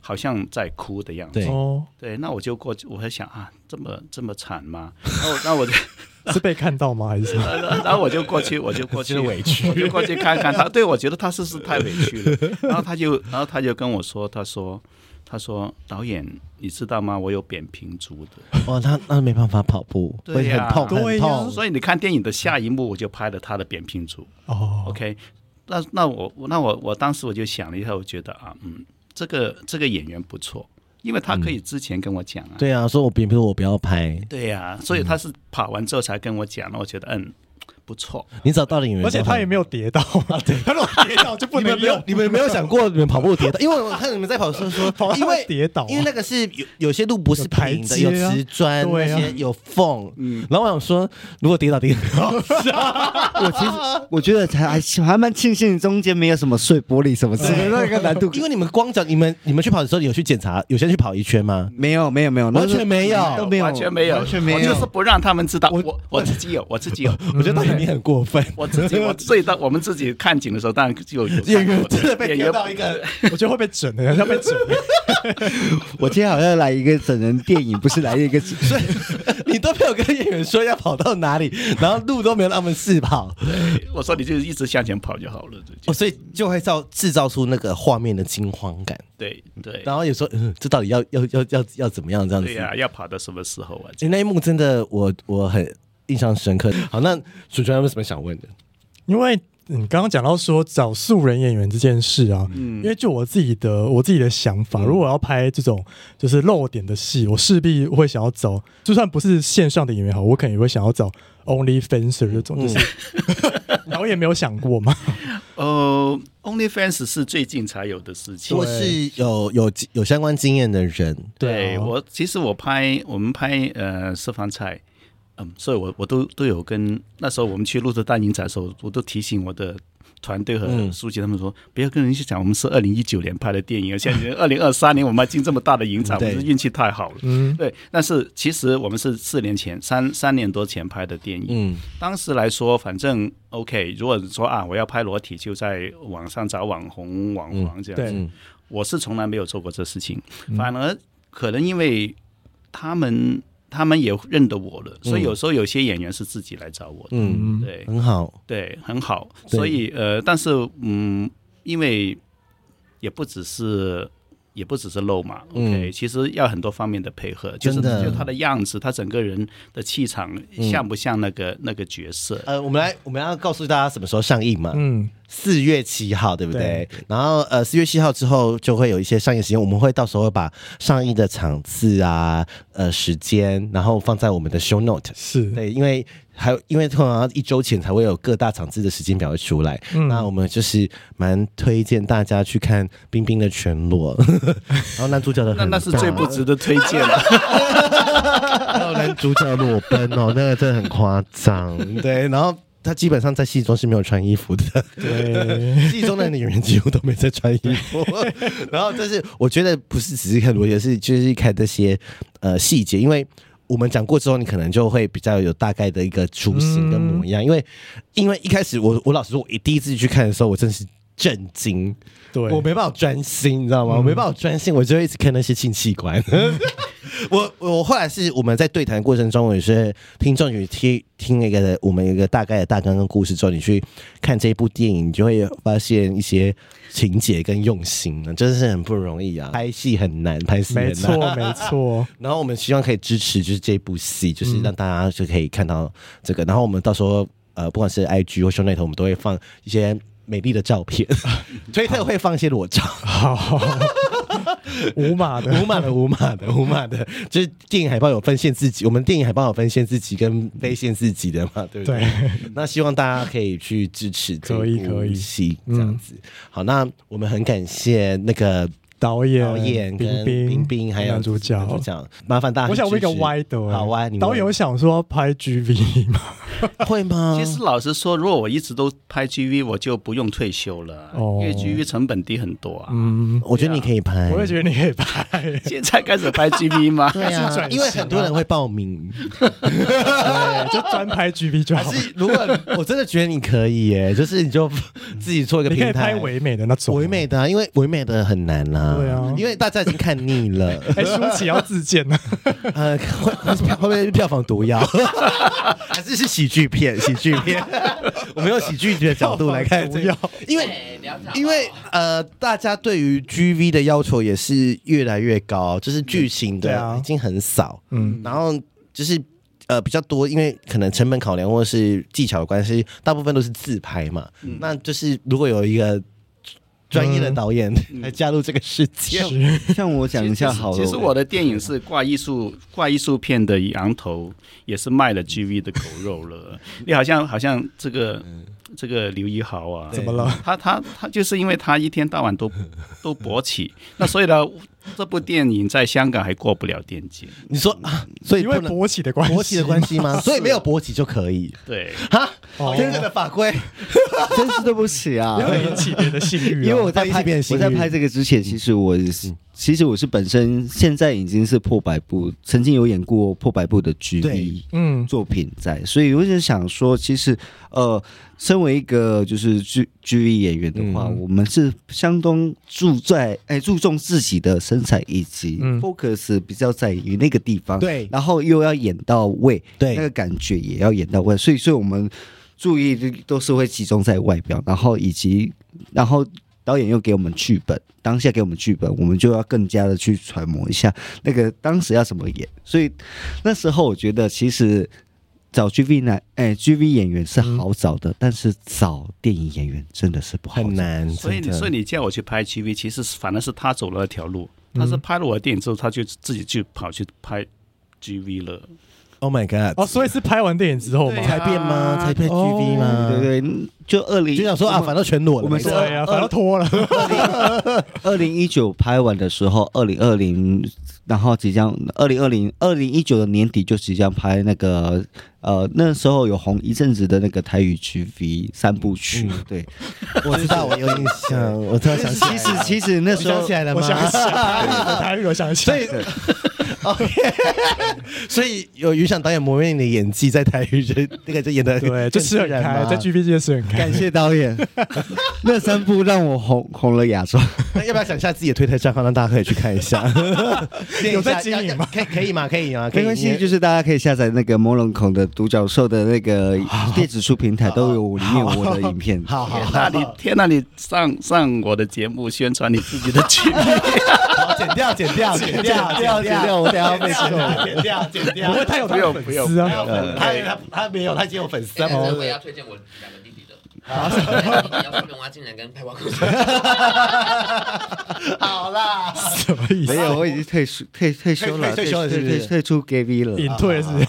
Speaker 3: 好像在哭的样子。
Speaker 1: 嗯对
Speaker 2: 哦，
Speaker 3: 对那我就过去，我在想啊，这么这么惨吗？然后那我就，
Speaker 2: 是被看到吗？还是什么？
Speaker 3: 然后我就过去，我就 过去
Speaker 1: 真的委屈
Speaker 3: 我就过去看看 他。对，我觉得他是不是太委屈了？然后他就，然后他就跟我说，他说。他说：“导演，你知道吗？我有扁平足的，
Speaker 1: 哇，他那没办法跑步，
Speaker 3: 对
Speaker 1: 会
Speaker 3: 呀
Speaker 1: 很痛，很
Speaker 2: 对呀
Speaker 1: 痛，
Speaker 3: 所以你看电影的下一幕，我就拍了他的扁平足。
Speaker 2: 哦，
Speaker 3: OK，那那我那我我当时我就想了一下，我觉得啊，嗯，这个这个演员不错，因为他可以之前跟我讲啊，
Speaker 1: 嗯对嗯啊，说我比如说我不要拍，
Speaker 3: 对呀、所以他是跑完之后才跟我讲，那我觉得嗯不错，
Speaker 1: 你找到了演 员，
Speaker 2: 而且他也没有跌倒， 他如果跌倒就不
Speaker 1: 你
Speaker 2: 能
Speaker 1: 们没有，你们没有想 过你们跑步跌倒，因为我看你们在跑的时候说，
Speaker 2: 跑
Speaker 1: 因为
Speaker 2: 到跌倒啊
Speaker 1: 因为那个是有有些路不是平的，有
Speaker 2: 有台阶啊
Speaker 1: 瓷砖，那
Speaker 2: 对啊
Speaker 1: 些有缝，然后我想说，如果跌倒跌倒，
Speaker 7: 我其实我觉得还还蛮庆幸中间没有什么碎玻璃什么之类的，那个难度
Speaker 1: 因为你们光脚，你们你们去跑的时候有去检查，有先去跑一圈吗？
Speaker 7: 没有没有没有，那
Speaker 1: 完全没有
Speaker 7: 都没有，
Speaker 3: 完全没有，
Speaker 7: 完全没有，
Speaker 3: 我就是不让他们知道，
Speaker 1: 我
Speaker 3: 我我自己有，我自己有，
Speaker 1: 我觉得导演你很过分，
Speaker 3: 我自己我最到我们自己看景的时候，当然就有
Speaker 1: 演员真的被
Speaker 3: 演
Speaker 1: 丢
Speaker 3: 员
Speaker 1: 到一个，
Speaker 2: 我觉得会被整的，要被整的。
Speaker 7: 我今天好像来一个整人电影，不是来一个
Speaker 1: 所以你都没有跟演员说要跑到哪里，然后路都没有让他们试跑，
Speaker 3: 我说你就一直向前跑就好了，对
Speaker 1: 哦所以就会造制造出那个画面的惊慌感，
Speaker 3: 对对
Speaker 1: 然后也说，嗯，这到底要要要要要怎么样这样子
Speaker 3: 对？呀、要跑到什么时候啊？
Speaker 1: 欸、那一幕真的我我很印象深刻。 好，那主持人有没有什么想问的？
Speaker 2: 因为你刚刚讲到说找素人演员这件事啊，
Speaker 1: 嗯
Speaker 2: 因为就我自己的我自己的想法，如果要拍这种就是露点的戏，我势必会想要找，就算不是线上的演员好，我可能也会想要找 Only Fencer 这种，
Speaker 1: 嗯
Speaker 2: 就是 导演没有想过嘛，
Speaker 3: 呃，OnlyFans 是最近才有的事 情
Speaker 1: 或，是有有有相关经验的人，
Speaker 2: 对
Speaker 3: 对
Speaker 1: 哦
Speaker 2: 啊
Speaker 3: 我，其实我拍我们拍呃私房菜，嗯，所以我我都都有跟那时候我们去鹿特大影展的时候，我都提醒我的团队和
Speaker 1: 嗯
Speaker 3: 书记他们说，不要跟人家讲我们是二零一九年拍的电影，现在二零二三年我们还进这么大的影展，
Speaker 1: 嗯
Speaker 3: 我
Speaker 1: 对
Speaker 3: 们是运气太好了。
Speaker 2: 嗯，
Speaker 3: 对，但是其实我们是四年前三三年多前拍的电影，
Speaker 1: 嗯，
Speaker 3: 当时来说，反正 OK。如果说啊，我要拍裸体，就在网上找网红、网黄这样子。
Speaker 2: 对
Speaker 1: 嗯
Speaker 3: 我是从来没有做过这事情，反而可能因为他们他们也认得我了，所以有时候有些演员是自己来找我的。
Speaker 1: 嗯，
Speaker 2: 嗯，
Speaker 3: 对
Speaker 1: 很好，
Speaker 3: 对，很好。
Speaker 1: 对
Speaker 3: 所以呃，但是嗯，因为也不只是。也不只是露嘛，OK，、
Speaker 1: 嗯
Speaker 3: 其实要很多方面的配合，就是
Speaker 1: 真的嗯
Speaker 3: 就他的样子，他整个人的气场像不像那个、那个角色？
Speaker 1: 呃，我们来，我们要告诉大家什么时候上映嘛？
Speaker 2: 嗯，
Speaker 1: 四月七号，对不对？然后呃，四月七号之后就会有一些上映时间，我们会到时候把上映的场次啊、呃时间，然后放在我们的 show note。
Speaker 2: 是，
Speaker 1: 对，因为还有因为通常要一周前才会有各大场次的时间表会出来，那我们就是蛮推荐大家去看冰冰的全裸， 然后男主角的
Speaker 3: 那
Speaker 1: 很
Speaker 3: 那是最
Speaker 1: 大
Speaker 3: 不值得推荐的。
Speaker 1: 还有男主角裸奔 哦，那个真的很夸张，对，然后。他基本上在戏中是没有穿衣服的，
Speaker 2: 对，
Speaker 1: 戏中的演员几乎都没在穿衣 服。然后，但是我觉得不是只是看逻辑，而是就是看这些呃细节，因为我们讲过之后，你可能就会比较有大概的一个雏形跟模样。因为因为一开始我我老实说，我一第一次去看的时候，我真是震惊，
Speaker 2: 对，
Speaker 1: 我没办法专心，你知道吗？我没办法专心，我就一直看那些性器官。我我后来是我们在对谈过程中，我也是听众有听听那个我们有一个大概的大纲跟故事之后，你去看这一部电影，你就会发现一些情节跟用心呢，真的是很不容易啊！拍戏很难，拍戏
Speaker 2: 没
Speaker 1: 很难。
Speaker 2: 错没错，
Speaker 1: 然后我们希望可以支持，就是这部戏，就是让大家就可以看到这个。然后我们到时候呃，不管是 IG 或 Show Note，我们都会放一些美丽的照片， 推特会放一些裸照。
Speaker 2: 好，五码的
Speaker 1: 无码的，无码的，无码的，就是电影海报有分线自己，我们电影海报有分线自己跟非线自己的嘛， 对不对？
Speaker 2: 对，
Speaker 1: 那希望大家可以去支持这
Speaker 2: 可以
Speaker 1: 部
Speaker 2: 可以
Speaker 1: 戏这样子。好，那我们很感谢那个
Speaker 2: 导演
Speaker 1: 导演
Speaker 2: 冰
Speaker 1: 跟
Speaker 2: 冰
Speaker 1: 冰冰还有
Speaker 2: 男主角
Speaker 1: 男主角，麻烦大家
Speaker 2: 我
Speaker 1: 去支持。
Speaker 2: 想问一个歪的、欸，
Speaker 1: 好歪，你
Speaker 2: 导演有
Speaker 1: 问
Speaker 2: 想说要拍 GV 吗？
Speaker 1: 会吗？
Speaker 5: 嗯
Speaker 3: 其实老实说，如果我一直都拍 GV，我就不用退休了，
Speaker 2: 哦
Speaker 3: 因为 GV 成本低很多啊。
Speaker 2: 嗯，
Speaker 1: 我觉得你可以拍，
Speaker 2: 我也觉得你可以拍。
Speaker 3: 现在开始拍 GV 吗？
Speaker 1: 对啊，因为很多人会报名。
Speaker 2: 对，就专拍 GV 就
Speaker 1: 还
Speaker 2: 好。
Speaker 1: 是如果我真的觉得你可以 耶，就是你就自己做一个
Speaker 2: 你可
Speaker 1: 平
Speaker 2: 以
Speaker 1: 台
Speaker 2: 拍，唯美的那种，
Speaker 1: 唯美的、啊，因为唯美的很难啦、
Speaker 2: 对啊
Speaker 1: 因为大家已经看腻了，
Speaker 2: 哎，舒淇要自 荐呢，啊
Speaker 1: 呃，会会会不会是票房毒药？还是是喜剧片？喜剧片，我们用喜剧的角度来看这
Speaker 2: 票
Speaker 1: 个
Speaker 2: 房毒，
Speaker 1: 因为
Speaker 4: 啊
Speaker 1: 因为呃，大家对于 GV 的要求也是越来越高，就是剧情
Speaker 2: 对啊
Speaker 1: 的已经很少，
Speaker 2: 嗯，
Speaker 1: 然后就是呃比较多，因为可能成本考量或是技巧的关系，大部分都是自拍嘛。
Speaker 2: 嗯
Speaker 1: 那就是如果有一个专业的导演来加入这个世界，
Speaker 2: 嗯是
Speaker 7: 像我讲一下好了，
Speaker 3: 其实我的电影是挂艺术挂艺术片的羊头，也是卖了 GV 的狗肉了。你好像好像这个这个刘一豪啊，
Speaker 2: 怎么了？
Speaker 3: 他他他就是因为他一天到晚都都勃起，那所以呢，这部电影在香港还过不了电检。
Speaker 1: 你说啊，所以
Speaker 2: 因为
Speaker 1: 不能
Speaker 2: 勃起的关系，
Speaker 1: 勃起的关系吗？所以没有勃起就可以
Speaker 3: 对，
Speaker 1: 哈，
Speaker 2: 哦
Speaker 1: 这个的法规
Speaker 7: 真是对不起啊
Speaker 2: 不，要引起别的性 欲啊，
Speaker 7: 因为我在
Speaker 1: 他一
Speaker 7: 拍
Speaker 1: 起变性
Speaker 7: 我在拍这个之前，其实我是其实我是本身现在已经是破百部，曾经有演过破百部的 G
Speaker 1: 对
Speaker 7: V
Speaker 2: 嗯
Speaker 7: 作品在，所以我就想说，其实呃，身为一个就是 G G V 演员的话，
Speaker 2: 嗯
Speaker 7: 我们是相当注在哎注重自己的身材以及
Speaker 2: 嗯
Speaker 7: focus 比较在于那个地方，
Speaker 1: 对
Speaker 7: 然后又要演到位，
Speaker 1: 对
Speaker 7: 那个感觉也要演到位，所以所以我们注意力都是会集中在外表，然后以及然后导演又给我们剧本，当下给我们剧本，我们就要更加的去揣摩一下那个当时要怎么演。所以那时候我觉得其实。找 GV 男，哎、g v 演员是好找的，但是找电影演员真的是不好找
Speaker 1: 嗯很。难，
Speaker 3: 所以
Speaker 1: 真
Speaker 3: 你
Speaker 1: 的
Speaker 3: 所以你叫我去拍 GV，其实是反而是他走了那条路，他是拍了我的电影之后，他就自己去跑去拍 GV 了。
Speaker 1: ，Oh my God，
Speaker 2: 哦，所以是拍完电影之后嘛
Speaker 3: 对，
Speaker 1: 才变吗？才变 GV 吗？
Speaker 7: 对对对，就二零
Speaker 1: 就想说啊，反正全裸了，
Speaker 7: 我们
Speaker 1: 没
Speaker 7: 是
Speaker 1: 差
Speaker 2: 对啊，反正脱了，
Speaker 7: 二零一九拍完的时候，二零二零，然后即将二零二零二零一九的年底就即将拍那个呃那时候有红一阵子的那个台语 GV 三部曲，对，
Speaker 1: 我知道，我有印象，我突然想起来
Speaker 7: 其
Speaker 1: 了，
Speaker 7: 实其实那
Speaker 1: 你
Speaker 7: 时
Speaker 1: 想
Speaker 7: 候
Speaker 1: 起来了
Speaker 2: 我
Speaker 1: 吗？
Speaker 2: 想起来，台语我想起
Speaker 1: 所
Speaker 2: 来
Speaker 1: 以，OK，所以有于想导演磨练你的演技，在台语这那个就演的
Speaker 2: 对，就吃很开，在 GV 界吃很开
Speaker 7: 感，谢导演，那三部让我红红了亚 洲。
Speaker 1: 那要不要讲一下自己的推特账号，让大家可以去看一下？
Speaker 2: 有在经营吗
Speaker 1: 可以可以吗？可以啊吗？可以
Speaker 7: 没关系，就是是大家可以下载那个魔龙孔的独角兽的那个电子书平台，都有里面有我的影片。
Speaker 1: 好好
Speaker 3: 天哪，你天哪，你上上我的节目宣传你自己的 GV，
Speaker 1: 好，哦剪掉剪掉剪掉剪掉，我等下被说 剪掉剪掉，不会太有哎
Speaker 3: 不用不用，
Speaker 2: 是啊
Speaker 1: 他他他没有，他已经有粉丝
Speaker 4: 但
Speaker 1: 了
Speaker 4: 是。我也要推荐我两个弟弟的。好，你要顺便挖进来跟拍挖空
Speaker 1: 好啦，
Speaker 2: 什么意思
Speaker 7: 没？有，我已经退出退退休了，
Speaker 1: 退退休了
Speaker 7: 退
Speaker 1: 是不
Speaker 7: 退
Speaker 1: 是
Speaker 7: 退出 GV 了。
Speaker 2: 隐退是不是？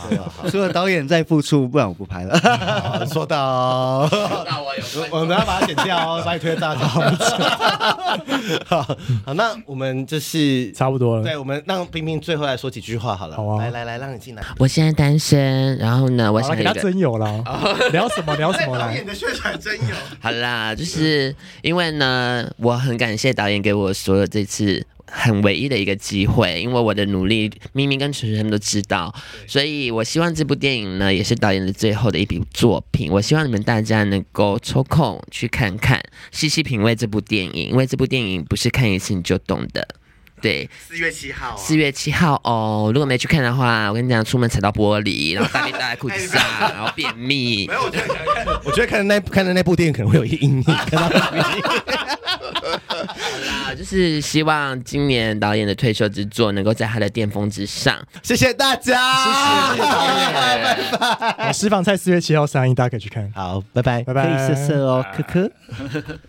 Speaker 7: 除了导演在付出，不然我不拍了。
Speaker 1: 好说到。
Speaker 4: 到我有看
Speaker 1: 我
Speaker 4: 过
Speaker 1: 们要把它剪掉哦，把你推到大家。 好，好，那我们就是
Speaker 2: 差不多了
Speaker 1: 对，我们让冰冰最后来说几句话好了。
Speaker 2: 好啊
Speaker 1: 来来来，让你进来。
Speaker 4: 我现在单身，然后呢，我
Speaker 2: 好了，哦
Speaker 4: 想
Speaker 2: 给
Speaker 4: 有
Speaker 2: 他
Speaker 4: 一个
Speaker 2: 真有了，聊什么聊什 么来？
Speaker 1: 的宣传真有，
Speaker 4: 好啦，就是因为呢，我很感谢导演给我所有这次很唯一的一个机会，因为我的努力，咪咪跟纯纯他们都知道，所以我希望这部电影呢，也是导演的最后的一部作品。我希望你们大家能够抽空去看看，细细品味这部电影，因为这部电影不是看一次你就懂的。对，
Speaker 8: 四月七号、啊，
Speaker 4: 四月七号哦，如果没去看的话，我跟你讲，出门踩到玻璃，然后大便搭在裤子 上，然后便秘。
Speaker 8: 没有，我觉得
Speaker 1: 我觉得看那看的那部电影可能会有阴影，看到
Speaker 4: 啊，就是希望今年导演的退休之作能够在他的巅峰之上。
Speaker 1: 谢谢大家，谢谢导演，拜拜。
Speaker 2: 好，私房菜四月七号上映，大家可以去看。
Speaker 1: 好，拜拜，
Speaker 2: 拜拜
Speaker 7: 可以色色哦，可可。